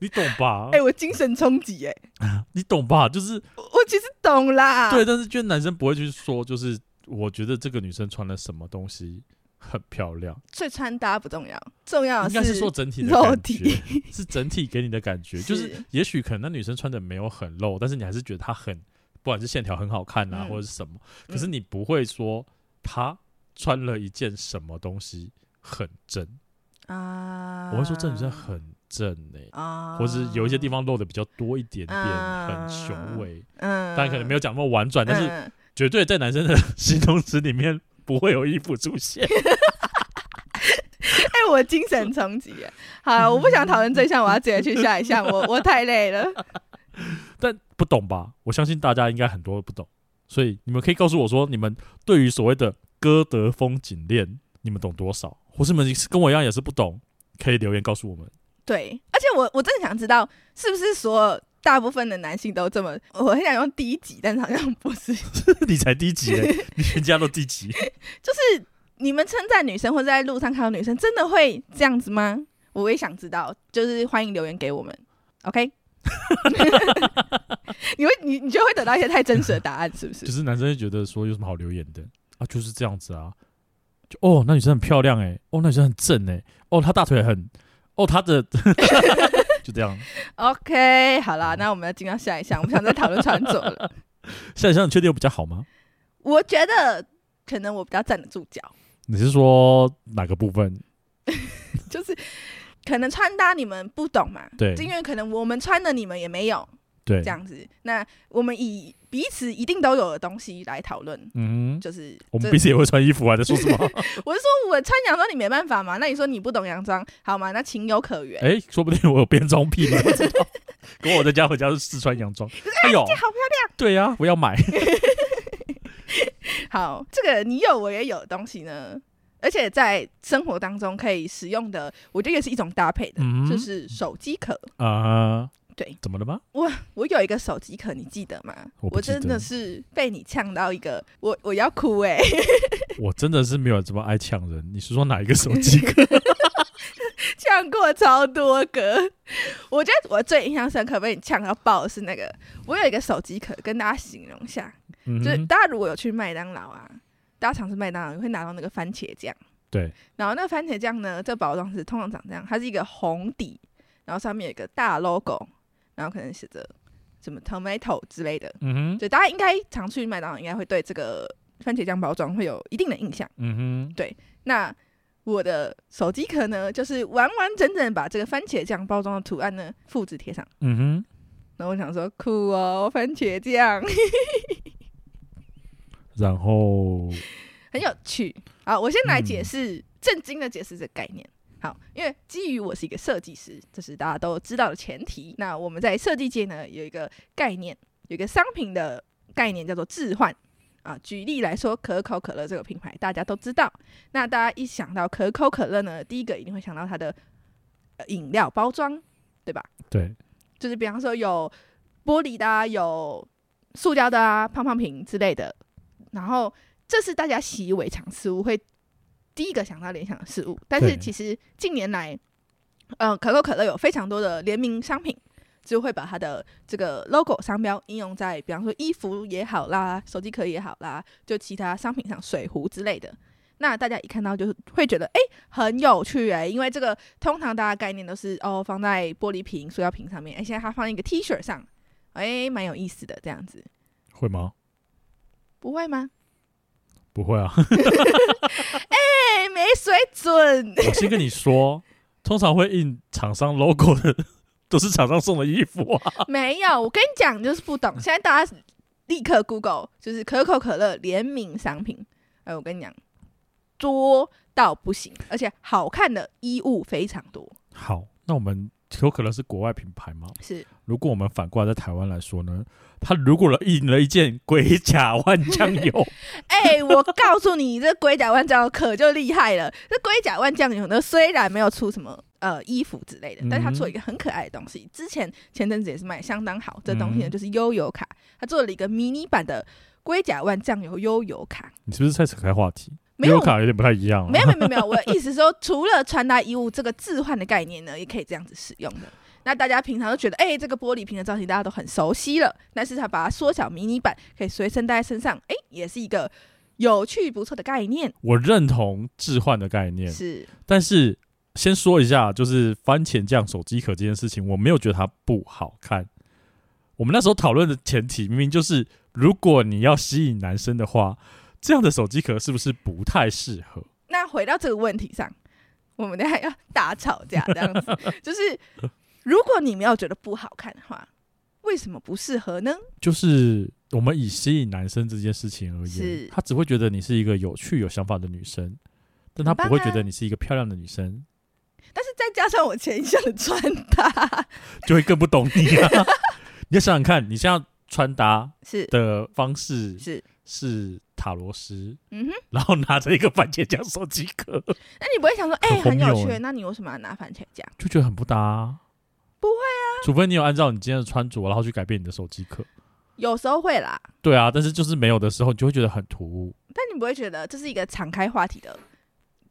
[SPEAKER 1] 你懂吧
[SPEAKER 2] 哎、？我精神冲击哎，
[SPEAKER 1] 你懂吧？就是
[SPEAKER 2] 我我其实懂啦，
[SPEAKER 1] 对，但是就是男生不会去说，就是我觉得这个女生穿了什么东西很漂亮，
[SPEAKER 2] 所以穿搭不重要，重要的
[SPEAKER 1] 应该是说整体的
[SPEAKER 2] 啊肉
[SPEAKER 1] 感
[SPEAKER 2] 体
[SPEAKER 1] 觉，是整体给你的感觉，就是是也许可能那女生穿的没有很露，但是你还是觉得她很，不管是线条很好看啊，
[SPEAKER 2] 嗯
[SPEAKER 1] 或者是什么，可是你不会说她穿了一件什么东西很正，
[SPEAKER 2] 啊，
[SPEAKER 1] 我会说这女生很正哎、
[SPEAKER 2] 啊，
[SPEAKER 1] 或是有一些地方露的比较多一点点，
[SPEAKER 2] 啊
[SPEAKER 1] 很雄伟，
[SPEAKER 2] 嗯，
[SPEAKER 1] 当然可能没有讲那么婉转，但是
[SPEAKER 2] 嗯
[SPEAKER 1] 绝对在男生的 形容词里面不会有衣服出现。
[SPEAKER 2] 哎、我精神冲击耶！好啊，我不想讨论这项，我要直接去下一项，我我太累了。
[SPEAKER 1] 但不懂吧？我相信大家应该很多不懂，所以你们可以告诉我说，你们对于所谓的歌德风颈链，你们懂多少？或是你们跟我一样也是不懂，可以留言告诉我们。
[SPEAKER 2] 对，而且我我真的想知道，是不是所有大部分的男性都这么，我很想用低级，但是好像不是，
[SPEAKER 1] 你才低级嘞，你全家都低级。
[SPEAKER 2] 就是你们称赞女生或者在路上看到女生，真的会这样子吗？我也想知道，就是欢迎留言给我们，OK？你会你你就会得到一些太真实的答案，是不是
[SPEAKER 1] 就？是男生会觉得说有什么好留言的啊，就是这样子啊，就哦，那女生很漂亮哎、哦，那女生很正哎、哦，她大腿很，哦，她的 就这样。
[SPEAKER 2] OK，好啦，那我们要进到下一项，我们想再讨论穿着了。
[SPEAKER 1] 下一项你确定有比较好吗？
[SPEAKER 2] 我觉得可能我比较站得住脚，
[SPEAKER 1] 你是说哪个部分？
[SPEAKER 2] 就是可能穿搭你们不懂嘛，
[SPEAKER 1] 对
[SPEAKER 2] 因为可能我们穿的你们也没有
[SPEAKER 1] 对
[SPEAKER 2] 这，样子。那我们以彼此一定都有的东西来讨论，
[SPEAKER 1] 嗯哼，
[SPEAKER 2] 就是
[SPEAKER 1] 我们
[SPEAKER 2] 这
[SPEAKER 1] 彼此也会穿衣服啊，在说什么？
[SPEAKER 2] 我是说我穿洋装你没办法嘛，那你说你不懂洋装，好吗？那情有可原。
[SPEAKER 1] 哎、说不定我有变装癖， 你不知道。跟我在家回家是试穿洋装，哎呦，
[SPEAKER 2] 好漂
[SPEAKER 1] 对呀、我要买。
[SPEAKER 2] 亮，好，这个你有我也有的东西呢，而且在生活当中可以使用的，我觉得也是一种搭配的，
[SPEAKER 1] 嗯
[SPEAKER 2] 就是手机壳。
[SPEAKER 1] 啊、
[SPEAKER 2] 对，
[SPEAKER 1] 怎么了吗？
[SPEAKER 2] 我有一个手机壳，你记得吗？
[SPEAKER 1] 我不
[SPEAKER 2] 我
[SPEAKER 1] 记得
[SPEAKER 2] 真的是被你呛到一个，我我要哭哎、
[SPEAKER 1] 我真的是没有这么爱呛人。你是说哪一个手机 壳？
[SPEAKER 2] 呛过超多个。 我觉得我最印象深刻被你呛到爆的是那个，我有一个手机壳，跟大家形容一下，
[SPEAKER 1] 嗯
[SPEAKER 2] 就是
[SPEAKER 1] 哼，
[SPEAKER 2] 大家如果有去麦当劳啊，大家常吃麦当劳你会拿到那个番茄酱，
[SPEAKER 1] 对，
[SPEAKER 2] 然后那个番茄酱呢，这包装是通常长这样，它是一个红底，然后上面有一个大 logo，然后可能写着什么 tomato 之类的，
[SPEAKER 1] 嗯哼，
[SPEAKER 2] 对，大家应该常去麦当劳，应该会对这个番茄酱包装会有一定的印象。
[SPEAKER 1] 嗯哼，
[SPEAKER 2] 那我的手机壳呢，就是完完整整把这个番茄酱包装的图案呢复制贴上。
[SPEAKER 1] 嗯哼。
[SPEAKER 2] 然后我想说，酷哦，番茄酱
[SPEAKER 1] 然后，
[SPEAKER 2] 很有趣。好，我先来解
[SPEAKER 1] 嗯
[SPEAKER 2] 释、震惊的解释这个概念。好，因为基于我是一个设计师，这是大家都知道的前提。那我们在设计界呢，有一个概念，有一个商品的概念叫做置换。啊，举例来说，可口可乐这个品牌大家都知道。那大家一想到可口可乐呢，第一个一定会想到它的呃饮料包装，对吧？
[SPEAKER 1] 对，
[SPEAKER 2] 就是比方说有玻璃的、啊、有塑胶的啊、胖胖瓶之类的。然后这是大家习以为常事物，会第一个想到联想的事物。但是
[SPEAKER 1] 对
[SPEAKER 2] 其实近年来，呃，可口可乐有非常多的联名商品，就会把它的这个 logo 商标应用在比方说衣服也好啦、手机壳也好啦，就其他商品上，水壶之类的。那大家一看到就是会觉得，哎、很有趣哎、因为这个通常大家概念都是哦放在玻璃瓶、塑料瓶上面，哎、现在它放在一个 T 恤上，哎、蛮有意思的这样子，
[SPEAKER 1] 会吗？
[SPEAKER 2] 不会吗？
[SPEAKER 1] 不会啊。
[SPEAKER 2] 哎、没水准，
[SPEAKER 1] 我先跟你说，通常会印厂商 logo 的，都是厂商送的衣服啊。
[SPEAKER 2] 没有，我跟你讲，你就是不懂。现在大家立刻 Google 就是可口可乐联名商品，哎、我跟你讲，多到不行，而且好看的衣物非常多，
[SPEAKER 1] 好，那我们可口可乐是国外品牌吗？
[SPEAKER 2] 是
[SPEAKER 1] 如果我们反过来在台湾来说呢，他如果印了一件龟甲万酱 油，
[SPEAKER 2] 哎、我告诉你，这龟甲万酱油可就厉害了。这龟甲万酱油呢，虽然没有出什么呃衣服之类的，但它
[SPEAKER 1] 嗯
[SPEAKER 2] 做一个很可爱的东西。之前前阵子也是卖得相当好，这东西呢
[SPEAKER 1] 嗯
[SPEAKER 2] 就是悠游卡，它做了一个迷你版的龟甲万酱油悠游卡。
[SPEAKER 1] 你是不是在扯开话题？
[SPEAKER 2] 没有
[SPEAKER 1] 悠游卡有点不太一样、
[SPEAKER 2] 没
[SPEAKER 1] 啊。
[SPEAKER 2] 有没有没有没有，我的意思是说，除了穿搭衣物这个置换的概念呢，也可以这样子使用的。那大家平常都觉得，哎、这个玻璃瓶的造型大家都很熟悉了，但是它把它缩小迷你版，可以随身带在身上，哎、也是一个有趣不错的概念。
[SPEAKER 1] 我认同置换的概念，
[SPEAKER 2] 是，
[SPEAKER 1] 但是先说一下，就是番茄酱手机壳这件事情，我没有觉得它不好看。我们那时候讨论的前提，明明就是如果你要吸引男生的话，这样的手机壳是不是不太适合？
[SPEAKER 2] 那回到这个问题上，我们等一下要大吵架，这样子就是，如果你没有觉得不好看的话，为什么不适合呢？
[SPEAKER 1] 就是我们以吸引男生这件事情而言
[SPEAKER 2] 是，
[SPEAKER 1] 他只会觉得你是一个有趣、有想法的女生，但他
[SPEAKER 2] 很棒
[SPEAKER 1] 不
[SPEAKER 2] 啊
[SPEAKER 1] 会觉得你是一个漂亮的女生，
[SPEAKER 2] 但是再加上我前一项的穿搭，
[SPEAKER 1] 就会更不懂你啊！ 你要想想看，你现在穿搭
[SPEAKER 2] 是
[SPEAKER 1] 的方式
[SPEAKER 2] 是，
[SPEAKER 1] 是塔罗师，
[SPEAKER 2] 嗯哼，
[SPEAKER 1] 然后拿着一个番茄酱手机壳，
[SPEAKER 2] 那你不会想说，哎、
[SPEAKER 1] 很
[SPEAKER 2] 很有
[SPEAKER 1] 荒谬
[SPEAKER 2] 趣
[SPEAKER 1] 欸，
[SPEAKER 2] 那你为什么要拿番茄酱？
[SPEAKER 1] 就觉得很不搭、啊。
[SPEAKER 2] 不会
[SPEAKER 1] 啊， 除非你有按照你今天的穿着，然后去改变你的手机壳。
[SPEAKER 2] 有时候会啦，
[SPEAKER 1] 对啊，但是就是没有的时候，你就会觉得很突兀。
[SPEAKER 2] 但你不会觉得这是一个敞开话题的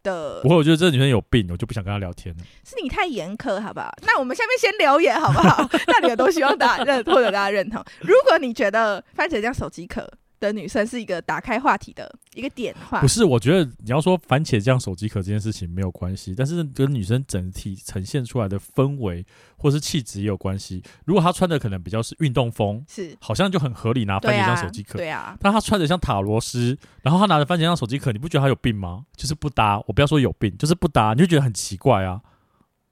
[SPEAKER 2] 的
[SPEAKER 1] 不，会，我觉得这女生有病，我就不想跟她聊天了。
[SPEAKER 2] 是你太严苛，好不好？那我们下面先留言，好不 好？那你有多希望大家认，或者大家认同？如果你觉得番茄酱手机壳的女生是一个打开话题的一个点的话
[SPEAKER 1] 不，是，我觉得你要说番茄酱手机壳这件事情没有关系，但是跟女生整体呈现出来的氛围或是气质也有关系。如果她穿的可能比较是运动风，
[SPEAKER 2] 是
[SPEAKER 1] 好像就很合理拿番
[SPEAKER 2] 对
[SPEAKER 1] 茄
[SPEAKER 2] 啊，
[SPEAKER 1] 酱手机壳。
[SPEAKER 2] 对啊，
[SPEAKER 1] 但她穿的像塔罗斯，然后她拿着番茄酱手机壳，你不觉得她有病吗？就是不搭，我不要说有病，就是不搭，你就觉得很奇怪啊。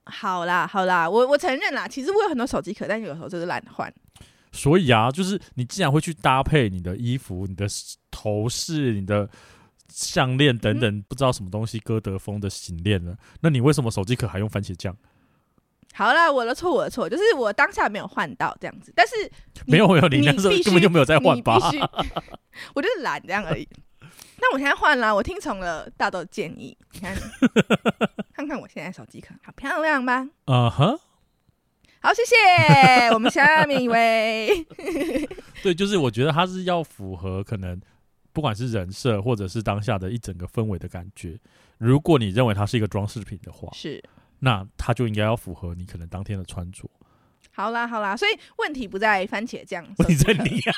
[SPEAKER 2] 好啦，好啦，我我承认啦，其实我有很多手机壳，但有时候就是懒得换。
[SPEAKER 1] 所以啊，就是你既然会去搭配你的衣服、你的头饰、你的项链等等，
[SPEAKER 2] 嗯
[SPEAKER 1] 不知道什么东西歌德风的颈链了，那你为什么手机壳还用番茄酱？
[SPEAKER 2] 好啦，我的错，我的错，就是我当下没有换到这样子，但是 你
[SPEAKER 1] 没有没有，你那时候
[SPEAKER 2] 必须
[SPEAKER 1] 根本就没有在换吧？
[SPEAKER 2] 你必须我就是懒这样而已。那我现在换啦，我听从了大豆的建议，你看，看看我现在手机壳，好漂亮吧？
[SPEAKER 1] 嗯哼，
[SPEAKER 2] 好，谢 谢。我们下面一位，
[SPEAKER 1] 对，就是我觉得它是要符合可能不管是人设或者是当下的一整个氛围的感觉。如果你认为它是一个装饰品的话，
[SPEAKER 2] 是
[SPEAKER 1] 那它就应该要符合你可能当天的穿 着。
[SPEAKER 2] 好啦，好啦，所以问题不在番茄酱，
[SPEAKER 1] 问题在
[SPEAKER 2] 手机
[SPEAKER 1] 你啊，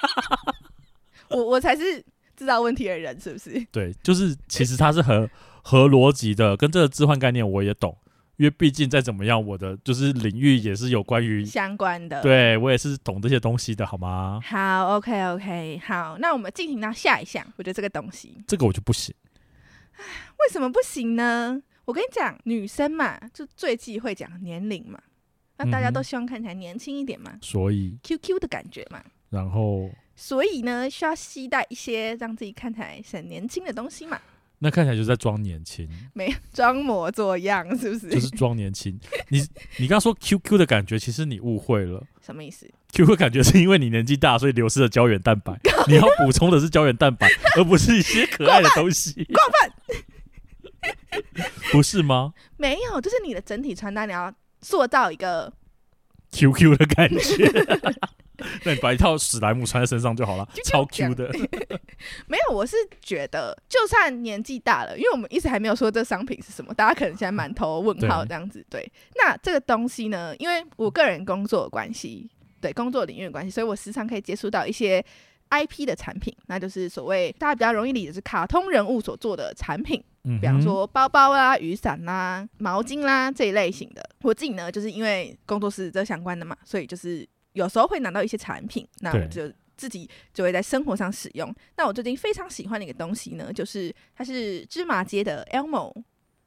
[SPEAKER 2] 壳，我我才是制造问题的人，是不是？
[SPEAKER 1] 对，啊就是其实它是合合逻辑的，跟这个置换概念我也懂，因为毕竟再怎么样，我的就是领域也是有关于，
[SPEAKER 2] 相关的，
[SPEAKER 1] 对啊我也是懂这些东西的，好吗？
[SPEAKER 2] 好，OK OK，好，那我们进行到下一项，我觉得这个东西
[SPEAKER 1] 这个我就不行，
[SPEAKER 2] 为什么不行呢？我跟你讲，女生嘛，就最忌讳讲年龄嘛，那大家
[SPEAKER 1] 嗯哼
[SPEAKER 2] 都希望看起来年轻一点嘛
[SPEAKER 1] 所以
[SPEAKER 2] ，Q Q 的感觉嘛，
[SPEAKER 1] 然后
[SPEAKER 2] 所以呢，需要携带一些让自己看起来很年轻的东西嘛，
[SPEAKER 1] 那看起来就是在装年轻，
[SPEAKER 2] 没装模作样，是不是？
[SPEAKER 1] 就是装年轻。你 你刚刚说 QQ 的感觉，其实你误会了。
[SPEAKER 2] 什么意思？
[SPEAKER 1] Q Q 感觉是因为你年纪大，所以流失了胶原蛋白。你要补充的是胶原蛋白，而不是一些可爱的东西。 过分，不是吗
[SPEAKER 2] 没有，就是你的整体穿搭，你要塑造一个，
[SPEAKER 1] ？Q Q 的感觉， 那你把一套史莱姆穿在身上就好了，超 Q 的。
[SPEAKER 2] 没有，我是觉得，就算年纪大了，因为我们一直还没有说这商品是什么，大家可能现在满头问号
[SPEAKER 1] 对
[SPEAKER 2] 这样子。对，那这个东西呢，因为我个人工作的关系，对工作领域的关系，所以我时常可以接触到一些 IP 的产品，那就是所谓大家比较容易理解是卡通人物所做的产品。
[SPEAKER 1] 嗯哼
[SPEAKER 2] 比方，说包包啦、雨伞啦、毛巾啦这一类型的。我自己呢，就是因为工作室这相关的嘛，所以就是有时候会拿到一些产品，那
[SPEAKER 1] 对
[SPEAKER 2] 我就自己就会在生活上使用。那我最近非常喜欢的一个东西呢，就是它是芝麻街的 Elmo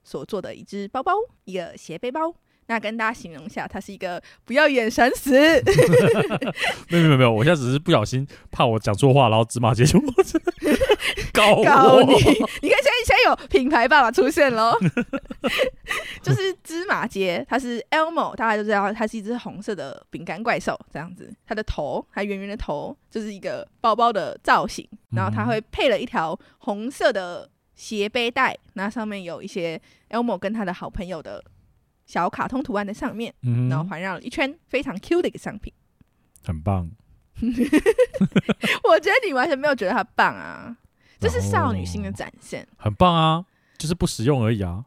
[SPEAKER 2] 所做的一只包包，一个斜背包。那跟大家形容一下，它是一个不要眼神死，
[SPEAKER 1] 没有没有没有，我现在只是不小心怕我讲错话，然后芝麻街就 告
[SPEAKER 2] 告
[SPEAKER 1] 我。
[SPEAKER 2] 你， 你看现在现在有品牌爸爸出现喽， 就是芝麻街，它是 Elmo，大家就知道它是一只红色的饼干怪兽这样子，它的头，它圆圆的头就是一个包包的造型，然后它会配了一条红色的斜背带，那上面有一些 Elmo 跟他的好朋友的小卡通图案在上面，
[SPEAKER 1] 嗯
[SPEAKER 2] 然后
[SPEAKER 1] 哼，
[SPEAKER 2] 环绕了一圈，非常 Q 的一个商品。
[SPEAKER 1] 很棒，
[SPEAKER 2] 我觉得你完全没有觉得它棒啊，这是少女心的
[SPEAKER 1] 哦
[SPEAKER 2] 展现。
[SPEAKER 1] 很棒啊，就是不实用而已啊。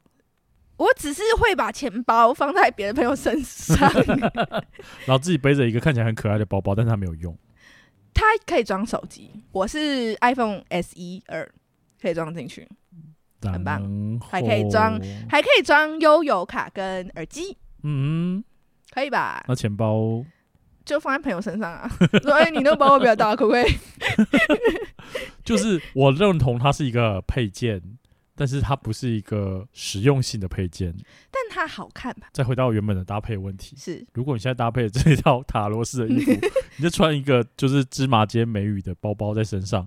[SPEAKER 2] 我只是会把钱包放在别的朋友身上，哎
[SPEAKER 1] 然后自己背着一个看起来很可爱的包包，但是它没有用。
[SPEAKER 2] 它可以装手机。我是 iPhone SE 二，可以装进去，很棒
[SPEAKER 1] 然后
[SPEAKER 2] 还可以装还可以装悠游卡跟耳机，
[SPEAKER 1] 嗯，
[SPEAKER 2] 可以吧？
[SPEAKER 1] 那钱包
[SPEAKER 2] 就放在朋友身上啊。说哎，你那个包包比较大，可不可以？
[SPEAKER 1] 就是我认同它是一个配件，但是它不是一个实用性的配件。
[SPEAKER 2] 但它好看吧？
[SPEAKER 1] 再回到原本的搭配问题，
[SPEAKER 2] 是
[SPEAKER 1] 如果你现在搭配这一套塔罗式的 衣服，你就穿一个就是芝麻街美语的包包在身上，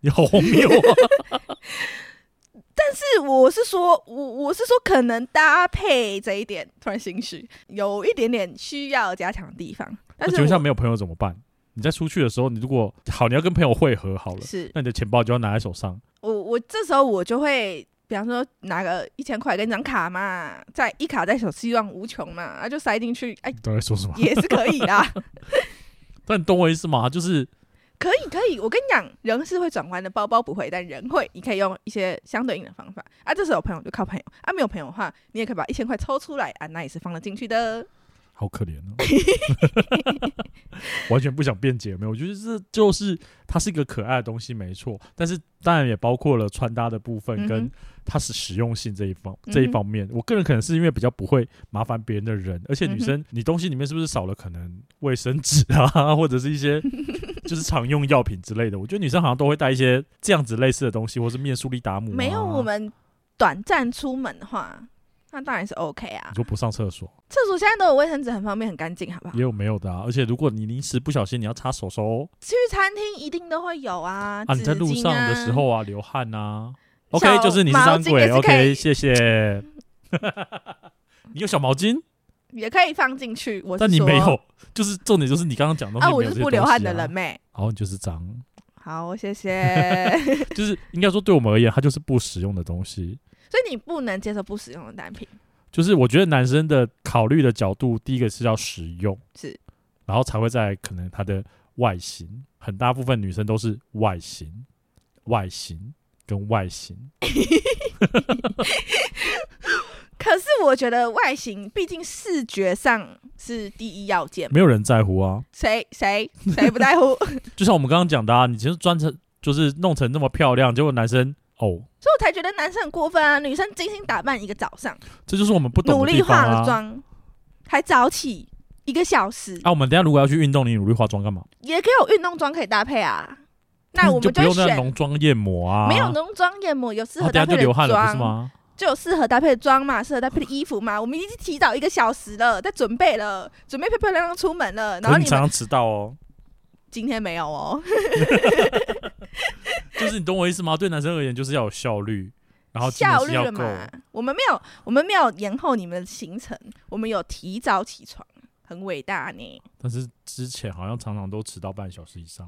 [SPEAKER 1] 你好荒谬啊！
[SPEAKER 2] 是，我是说，我我是说，可能搭配这一点突然心虚，有一点点需要加强的地方。 但
[SPEAKER 1] 那
[SPEAKER 2] 是
[SPEAKER 1] 请问一下，
[SPEAKER 2] 我
[SPEAKER 1] 没有朋友怎么办？你在出去的时候，你如果好，你要跟朋友会合好了，
[SPEAKER 2] 是
[SPEAKER 1] 那你的钱包就要拿在手上。
[SPEAKER 2] 我我这时候我就会比方说拿个一千块跟一张卡嘛，再一卡在手，希望无穷嘛，啊就塞进去，哎
[SPEAKER 1] 你，到底在说什么？
[SPEAKER 2] 也是可以啦，
[SPEAKER 1] 但你懂我意思吗？就是
[SPEAKER 2] 可以可以。我跟你讲，人是会转弯的，包包不会，但人会。你可以用一些相对应的方法啊。这时候有朋友就靠朋友啊，没有朋友的话，你也可以把一千块抽出来啊，那也是放得进去的。
[SPEAKER 1] 好可怜哦，哦 完全不想辩解，有没有？我觉得这就是它是一个可爱的东西，没错。但是当然也包括了穿搭的部分，
[SPEAKER 2] 嗯哼
[SPEAKER 1] 跟它是实用性这一方、
[SPEAKER 2] 哼
[SPEAKER 1] 这一方面。我个人可能是因为比较不会麻烦别人的人，而且女
[SPEAKER 2] 嗯哼
[SPEAKER 1] 生、你东西里面是不是少了可能卫生纸啊， 或者是一些就是常用药品之类的？我觉得女生好像都会带一些这样子类似的东西，或是面苏利达姆、啊。
[SPEAKER 2] 没有我们短暂出门的话，那当然是 OK 啊
[SPEAKER 1] 你。说不上厕所
[SPEAKER 2] 厕所现在都有卫生纸，很方便，很干净，好不好？
[SPEAKER 1] 也有没有的啊？而且如果你临时不小心你要擦手手哦。
[SPEAKER 2] 去餐厅一定都会有啊，
[SPEAKER 1] 啊，你在
[SPEAKER 2] 纸
[SPEAKER 1] 路
[SPEAKER 2] 巾
[SPEAKER 1] 上的
[SPEAKER 2] 啊
[SPEAKER 1] 时，候啊，流汗啊。
[SPEAKER 2] 小
[SPEAKER 1] OK，就是你是
[SPEAKER 2] 毛
[SPEAKER 1] 张
[SPEAKER 2] 巾也
[SPEAKER 1] 鬼
[SPEAKER 2] 是可
[SPEAKER 1] ，OK，
[SPEAKER 2] 以
[SPEAKER 1] 谢 谢。你有小毛巾，
[SPEAKER 2] 也可以放进去。我是
[SPEAKER 1] 但你
[SPEAKER 2] 说
[SPEAKER 1] 没有，就是重点就是你刚刚讲的东
[SPEAKER 2] 啊，
[SPEAKER 1] 西
[SPEAKER 2] 我
[SPEAKER 1] 没有
[SPEAKER 2] 就
[SPEAKER 1] 这
[SPEAKER 2] 是
[SPEAKER 1] 些
[SPEAKER 2] 不流汗的
[SPEAKER 1] 东西啊
[SPEAKER 2] 人，妹。
[SPEAKER 1] 好，你就是脏，
[SPEAKER 2] 好，谢谢。
[SPEAKER 1] 就是应该说对我们而言，它就是不实用的东西。
[SPEAKER 2] 所以你不能接受不使用的单品，
[SPEAKER 1] 就是我觉得男生的考虑的角度，第一个是要实用，
[SPEAKER 2] 是，
[SPEAKER 1] 然后才会在可能它的外形，很大部分女生都是外形、外形跟外形。
[SPEAKER 2] 可是我觉得外形毕竟视觉上是第一要件嘛，
[SPEAKER 1] 没有人在乎啊，
[SPEAKER 2] 谁谁谁不在乎， 所以
[SPEAKER 1] 就像我们刚刚讲的啊，你其实专程就是弄成那么漂亮，结果男生哦，
[SPEAKER 2] 我才觉得男生很过分啊！女生精心打扮一个早上，
[SPEAKER 1] 这就是我们不懂
[SPEAKER 2] 努
[SPEAKER 1] 的地
[SPEAKER 2] 力
[SPEAKER 1] 方
[SPEAKER 2] 化了
[SPEAKER 1] 啊。
[SPEAKER 2] 妆，还早起一个小时，
[SPEAKER 1] 啊，我们等一下如果要去运动，你努力化妆干嘛？
[SPEAKER 2] 也可以有运动装可以搭配啊。那我
[SPEAKER 1] 你就
[SPEAKER 2] 们
[SPEAKER 1] 不用那
[SPEAKER 2] 选
[SPEAKER 1] 浓妆艳抹啊，
[SPEAKER 2] 没有浓妆艳抹，有适
[SPEAKER 1] 然
[SPEAKER 2] 合
[SPEAKER 1] 后等一
[SPEAKER 2] 搭
[SPEAKER 1] 下
[SPEAKER 2] 配
[SPEAKER 1] 就流
[SPEAKER 2] 的
[SPEAKER 1] 汗了，不是
[SPEAKER 2] 妆，
[SPEAKER 1] 吗？
[SPEAKER 2] 就有适合搭配的妆嘛，适合搭配的衣服嘛。我们已经提早一个小时了，在准备了，准备漂漂亮亮出门了。然
[SPEAKER 1] 可
[SPEAKER 2] 后
[SPEAKER 1] 是你
[SPEAKER 2] 你
[SPEAKER 1] 常
[SPEAKER 2] 们
[SPEAKER 1] 常迟到哦，
[SPEAKER 2] 今天没有哦，
[SPEAKER 1] 就是你懂我意思吗？对男生而言，就是要有效率，然后
[SPEAKER 2] 效
[SPEAKER 1] 精
[SPEAKER 2] 率
[SPEAKER 1] 神
[SPEAKER 2] 了
[SPEAKER 1] 要够。
[SPEAKER 2] 嘛？我们没有，我们没有延后你们的行程，我们有提早起床，很伟大呢。
[SPEAKER 1] 但是之前好像常常都迟到半小时以上，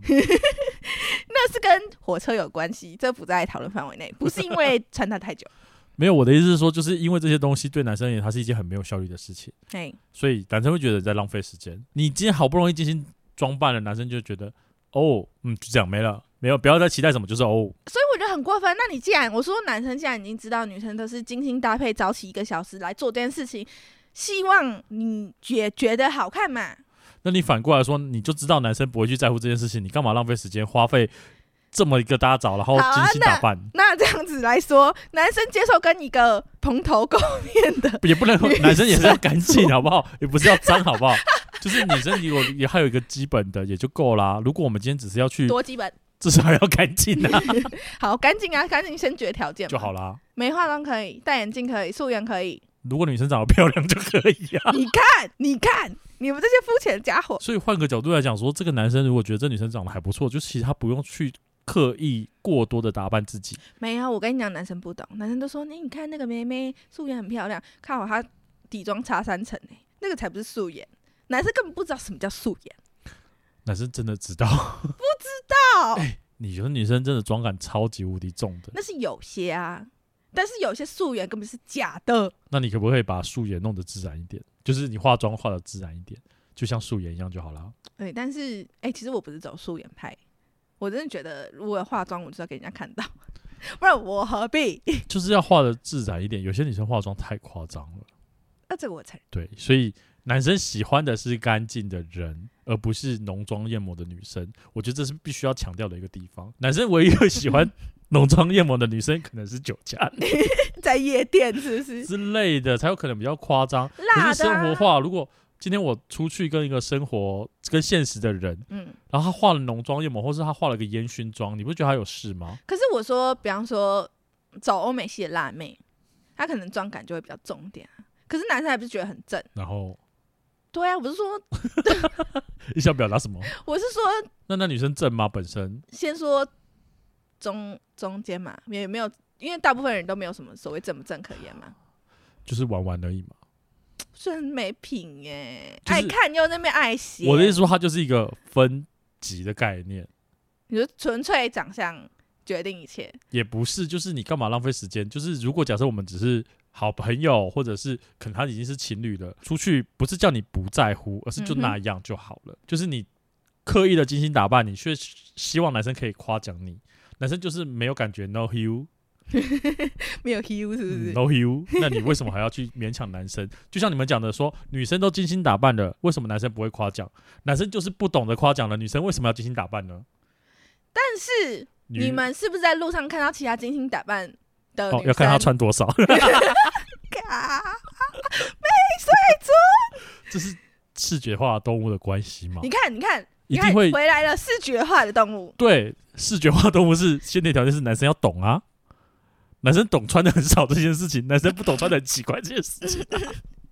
[SPEAKER 2] 那是跟火车有关系，这不在讨论范围内，不是因为穿搭太久。
[SPEAKER 1] 没有我的意思是说，就是因为这些东西对男生而言，它是一件很没有效率的事情，
[SPEAKER 2] 哎，
[SPEAKER 1] 所以男生会觉得在浪费时间。你今天好不容易精心装扮了，男生就觉得哦，嗯，就这样没了，没有，不要再期待什么，就是哦，
[SPEAKER 2] 所以我觉得很过分。那你既然我说男生既然已经知道女生都是精心搭配，早起一个小时来做这件事情，希望你也觉得好看嘛？
[SPEAKER 1] 那你反过来说，你就知道男生不会去在乎这件事情，你干嘛浪费时间花费这么一个大早，然后
[SPEAKER 2] 好啊
[SPEAKER 1] 精心打扮，
[SPEAKER 2] 那这样子来说，男生接受跟一个蓬头垢面的，
[SPEAKER 1] 也不 能
[SPEAKER 2] 女
[SPEAKER 1] 男生也是要干净好不好？也不是要脏好不好？就是女生有也还有一个基本的也就够啦。如果我们今天只是要去，
[SPEAKER 2] 多基本，
[SPEAKER 1] 至少要干净啊
[SPEAKER 2] 好干净啊，干净先决条件嘛
[SPEAKER 1] 就好啦。
[SPEAKER 2] 没化妆可以，戴眼镜可以，素颜可以。
[SPEAKER 1] 如果女生长得漂亮就可以啊。
[SPEAKER 2] 你看，你看，你们这些肤浅的家伙，
[SPEAKER 1] 所以换个角度来讲说，这个男生如果觉得这女生长得还不错，就其实他不用去刻意过多的打扮自己。
[SPEAKER 2] 没有。我跟你讲，男生不懂，男生都说，那你看那个妹妹素颜很漂亮，看好她底妆擦三层、欸，那个才不是素颜。男生根本不知道什么叫素颜。
[SPEAKER 1] 男生真的知道，
[SPEAKER 2] 哦，
[SPEAKER 1] 你觉得女生真的妆感超级无敌重的。
[SPEAKER 2] 那是有些啊，但是有些素颜根本是假的。
[SPEAKER 1] 那你可不可以把素颜弄得自然一点？就是你化妆化的自然一点，就像素颜一样就好了。
[SPEAKER 2] 对，但是哎、欸其实我不是走素颜派，我真的觉得如果有化妆，我就要给人家看到， 不然我何必？
[SPEAKER 1] 就是要化的自然一点。有些女生化妆太夸张了，
[SPEAKER 2] 那这个我承认。
[SPEAKER 1] 对，所以男生喜欢的是干净的人，而不是浓妆艳抹的女生。我觉得这是必须要强调的一个地方。男生唯一会喜欢浓妆艳抹的女生，可能是酒驾
[SPEAKER 2] 在夜店是 不 是？
[SPEAKER 1] 之类的，才有可能比较夸张。可
[SPEAKER 2] 辣
[SPEAKER 1] 是
[SPEAKER 2] 的、
[SPEAKER 1] 生
[SPEAKER 2] 啊
[SPEAKER 1] 活，化，如果今天我出去跟一个生活跟现实的人，
[SPEAKER 2] 嗯。
[SPEAKER 1] 然后他化了浓妆艳抹，或是他化了个烟熏妆，你不觉得他有事 吗？
[SPEAKER 2] 可是我说，比方说走欧美系的辣妹，她可能妆感就会比较重点啊。可是男生还不是觉得很正？
[SPEAKER 1] 然后
[SPEAKER 2] 对啊，我是说，
[SPEAKER 1] 你想表达什么？
[SPEAKER 2] 我是说，
[SPEAKER 1] 那那女生正吗？本身
[SPEAKER 2] 先说中中间嘛，也没有，因为大部分人都没有什么所谓正不正可言嘛，
[SPEAKER 1] 就是玩玩而已嘛。
[SPEAKER 2] 真没品耶、
[SPEAKER 1] 就是
[SPEAKER 2] 爱看又那边爱写。
[SPEAKER 1] 我的意思说，它就是一个分级的概念，
[SPEAKER 2] 你说纯粹长相决定一切。
[SPEAKER 1] 也不是，就是你干嘛浪费时间？就是如果假设我们只是好朋友，或者是可能他已经是情侣了，出去不是叫你不在乎，而是就
[SPEAKER 2] 嗯哼
[SPEAKER 1] 那样就好了。就是你刻意的精心打扮，你却希望男生可以夸奖你，男生就是没有感觉，no you，
[SPEAKER 2] 没有 you 是不
[SPEAKER 1] 嗯
[SPEAKER 2] 是？
[SPEAKER 1] No you，那 你为什么还要去勉强男生？就像你们讲的说，女生都精心打扮了，为什么男生不会夸奖？男生就是不懂得夸奖了，女生为什么要精心打扮呢？
[SPEAKER 2] 但是
[SPEAKER 1] 女
[SPEAKER 2] 你们是不是在路上看到其他精心打扮的女
[SPEAKER 1] 哦
[SPEAKER 2] 生？，啊
[SPEAKER 1] 要看她哦穿 多少，
[SPEAKER 2] 嘎。
[SPEAKER 1] 这是视觉化动物的关系嘛
[SPEAKER 2] 你？看，你看，
[SPEAKER 1] 一
[SPEAKER 2] 你
[SPEAKER 1] 定
[SPEAKER 2] 看，
[SPEAKER 1] 会
[SPEAKER 2] 回来了，视觉化的动物。
[SPEAKER 1] 对，视觉化动物是先天条件是男生要懂啊，男生懂穿的很少这件事情，男生不懂穿的很奇怪这件事情，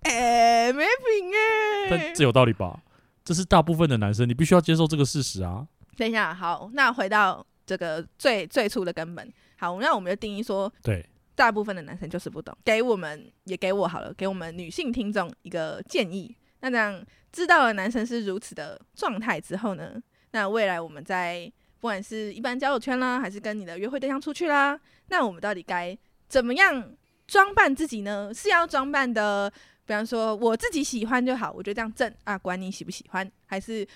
[SPEAKER 2] 哎、没品哎、
[SPEAKER 1] 但这有道理吧？这是大部分的男生，你必须要接受这个事实啊。
[SPEAKER 2] 等一下，好，那回到这个最最初的根本。好，那我们就定义说，
[SPEAKER 1] 对，
[SPEAKER 2] 大部分的男生就是不懂。给我们也给我好了，给我们女性听众一个建议。那这样知道了男生是如此的状态之后呢，那未来我们在不管是一般交友圈啦，还是跟你的约会对象出去啦，那我们到底该怎么样装扮自己呢？是要装扮的，比方说我自己喜欢就好，我觉得这样正啊，管你喜不喜欢，还是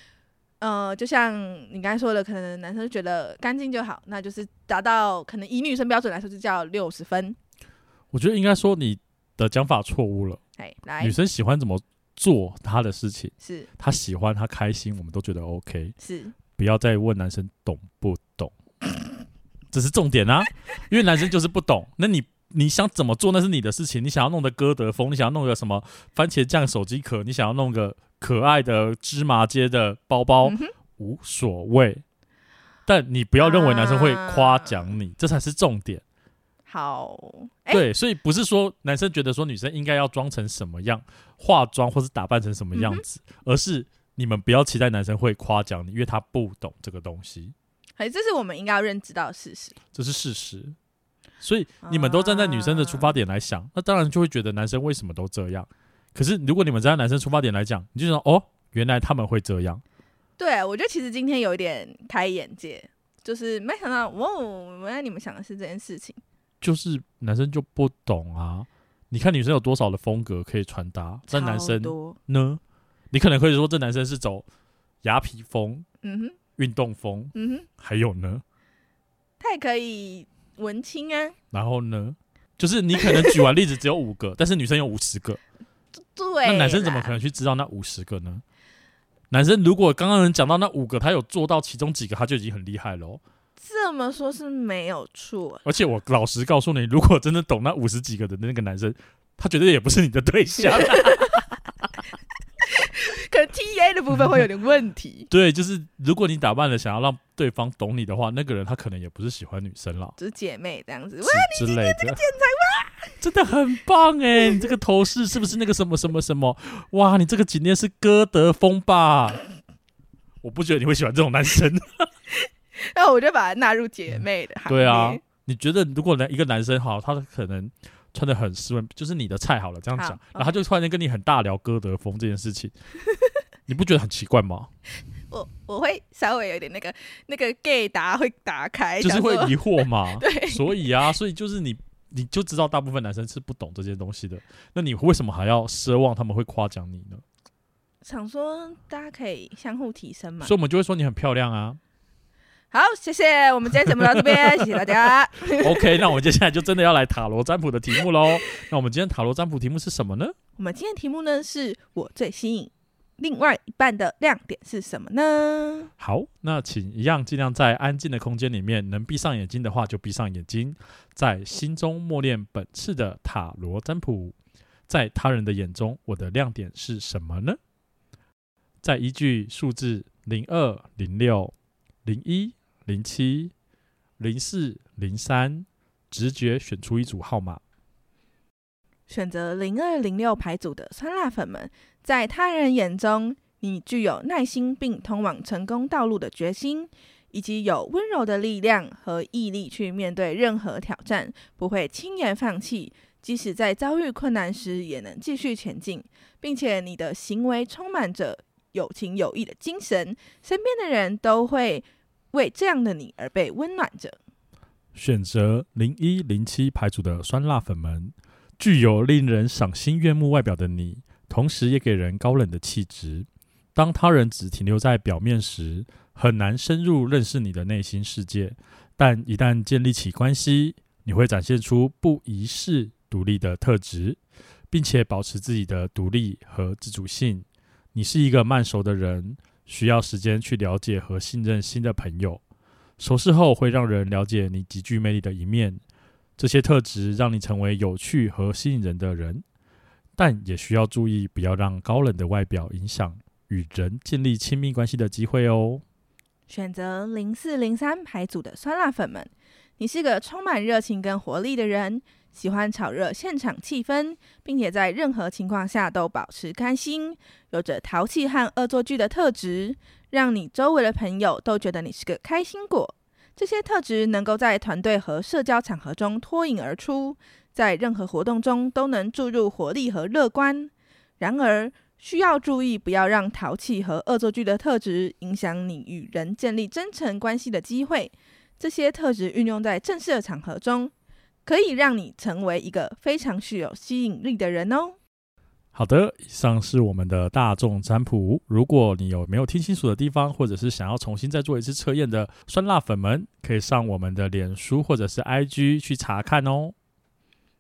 [SPEAKER 2] 呃，就像你刚才说的，可能男生觉得干净就好，那就是达到可能以女生标准来说就叫六十分。
[SPEAKER 1] 我觉得应该说你的讲法错误了。
[SPEAKER 2] 哎，来
[SPEAKER 1] 女生喜欢怎么做她的事情，
[SPEAKER 2] 是
[SPEAKER 1] 她喜欢她开心，我们都觉得 OK，
[SPEAKER 2] 是，
[SPEAKER 1] 不要再问男生懂不懂， 这是重点啊，因为男生就是不懂。那你你想怎么做那是你的事情，你想要弄的歌德风，你想要弄个什么番茄酱手机壳，你想要弄个可爱的芝麻街的包包，
[SPEAKER 2] 嗯哼，
[SPEAKER 1] 无所谓。但你不要认为男生会夸奖你，这才是重点。
[SPEAKER 2] 好，哎、
[SPEAKER 1] 对，所以不是说男生觉得说女生应该要装成什么样，化妆或是打扮成什么样子，而是你们不要期待男生会夸奖你，因为他不懂这个东西，
[SPEAKER 2] 哎，这是我们应该要认知到的事实。
[SPEAKER 1] 这是事实。所以你们都站在女生
[SPEAKER 2] 啊
[SPEAKER 1] 的出发点来想，那当然就会觉得男生为什么都这样。可是如果你们站在男生出发点来讲，你就想哦，原来他们会这样。
[SPEAKER 2] 对，我觉得其实今天有一点开眼界，就是没想到，哇哦，原来你们想的是这件事情。
[SPEAKER 1] 就是男生就不懂啊。你看女生有多少的风格可以传达，
[SPEAKER 2] 超
[SPEAKER 1] 但男生
[SPEAKER 2] 多，
[SPEAKER 1] 呢？你可能可以说这男生是走雅痞风、
[SPEAKER 2] 嗯哼，
[SPEAKER 1] 运动风，
[SPEAKER 2] 嗯哼，
[SPEAKER 1] 还有呢，
[SPEAKER 2] 他也可以文青啊，
[SPEAKER 1] 然后呢，就是你可能举完例子只有五个，但是女生有五十个，
[SPEAKER 2] 对，
[SPEAKER 1] 那男生怎么可？能去知道那五十个呢？男生如果刚刚能讲到那五个，他有做到其中几个，他就已经很厉害了哦。
[SPEAKER 2] 这么说是没有错，
[SPEAKER 1] 而且我老实告诉你，如果真的懂那五十几个的那个男生，他绝对也不是你的对象。，
[SPEAKER 2] 可能 T A 的部分会有点问题
[SPEAKER 1] 对，就是如果你打扮了想要让对方懂你的话，那个人他可能也不是喜欢女生啦
[SPEAKER 2] 就是姐妹这样子。
[SPEAKER 1] 之之类的。真的很棒哎、你这个头饰是不是那个什么什么什么？哇，你这个颈链是歌德风吧？我不觉得你会喜欢这种男生。
[SPEAKER 2] 然后我就把它纳入姐妹的行列。
[SPEAKER 1] 对啊，你觉得如果男一个男生好，他可能穿的很斯文，就是你的菜好了，这样讲
[SPEAKER 2] 好，嗯
[SPEAKER 1] 然后他就突然间跟你很大聊歌德风这件事 情，你不觉得很奇怪吗？
[SPEAKER 2] 我我会稍微有点那个那个 gay 答会打开，
[SPEAKER 1] 就是会
[SPEAKER 2] 想说
[SPEAKER 1] 疑惑嘛。
[SPEAKER 2] 对
[SPEAKER 1] 所以啊，所以就是你你就知道大部分男生是不懂这些东西的，那你为什么还要奢望他们会夸奖你呢？
[SPEAKER 2] 想说大家可以相互提升嘛
[SPEAKER 1] 所。以我们就会说你很漂亮 啊。
[SPEAKER 2] 好，谢谢，我们今天节目到这 边，谢谢大家。
[SPEAKER 1] OK，那我们接下来就真的要来塔罗占卜的题目喽。那我们今天塔罗占卜题目是什么呢？
[SPEAKER 2] 我们今天的题目呢是我最吸引另外一半的亮点是什么呢？
[SPEAKER 1] 好，那请一样尽量在安静的空间里面，能闭上眼睛的话就闭上眼睛，在心中默念本次的塔罗占卜。在他人的眼中，我的亮点是什么呢？再依据数字零二、零六、零一、零七、零四、零三，直觉选出一组号码。
[SPEAKER 2] 选择零二零六牌组的酸辣粉们，在他人眼中，你具有耐心并通往成功道路的决心，以及有温柔的力量和毅力去面对任何挑战，不会轻言放弃。即使在遭遇困难时，也能继续前进，并且你的行为充满着有情有义的精神，身边的人都会为这样的你而被温暖着。
[SPEAKER 1] 选择零一零七牌组的酸辣粉们，具有令人赏心悦目外表的你，同时也给人高冷的气质。当他人只停留在表面时，很难深入认识你的内心世界。但一旦建立起关系，你会展现出不一世独立的特质，并且保持自己的独立和自主性。你是一个慢熟的人，需要时间去了解和信任新的朋友。熟识后会让人了解你极具魅力的一面，这些特质让你成为有趣和吸引人的人，但也需要注意不要让高冷的外表影响与人建立亲密关系的机会哦。
[SPEAKER 2] 选择零四零三牌组的酸辣粉们，你是个充满热情跟活力的人，喜欢炒热现场气氛，并且在任何情况下都保持开心，有着淘气和恶作剧的特质，让你周围的朋友都觉得你是个开心果。这些特质能够在团队和社交场合中脱颖而出，在任何活动中都能注入活力和乐观。然而，需要注意，不要让淘气和恶作剧的特质影响你与人建立真诚关系的机会。这些特质运用在正式的场合中，可以让你成为一个非常具有吸引力的人哦。
[SPEAKER 1] 好的，以上是我们的大众占卜。如果你有没有听清楚的地方，或者是想要重新再做一次测验的酸辣粉们，可以上我们的脸书或者是 IG 去查看哦。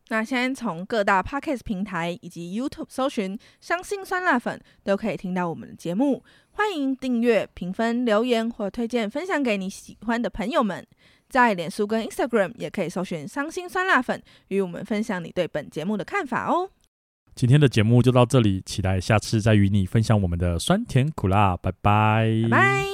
[SPEAKER 2] 那现在从各大 podcast 平台以及 YouTube 搜寻“伤心酸辣粉”，都可以听到我们的节目。欢迎订阅、评分、留言或推荐分享给你喜欢的朋友们。在脸书跟 Instagram 也可以搜寻“伤心酸辣粉”，与我们分享你对本节目的看法哦。
[SPEAKER 1] 今天的节目就到这里，期待下次再与你分享我们的酸甜苦辣，拜拜
[SPEAKER 2] 拜拜。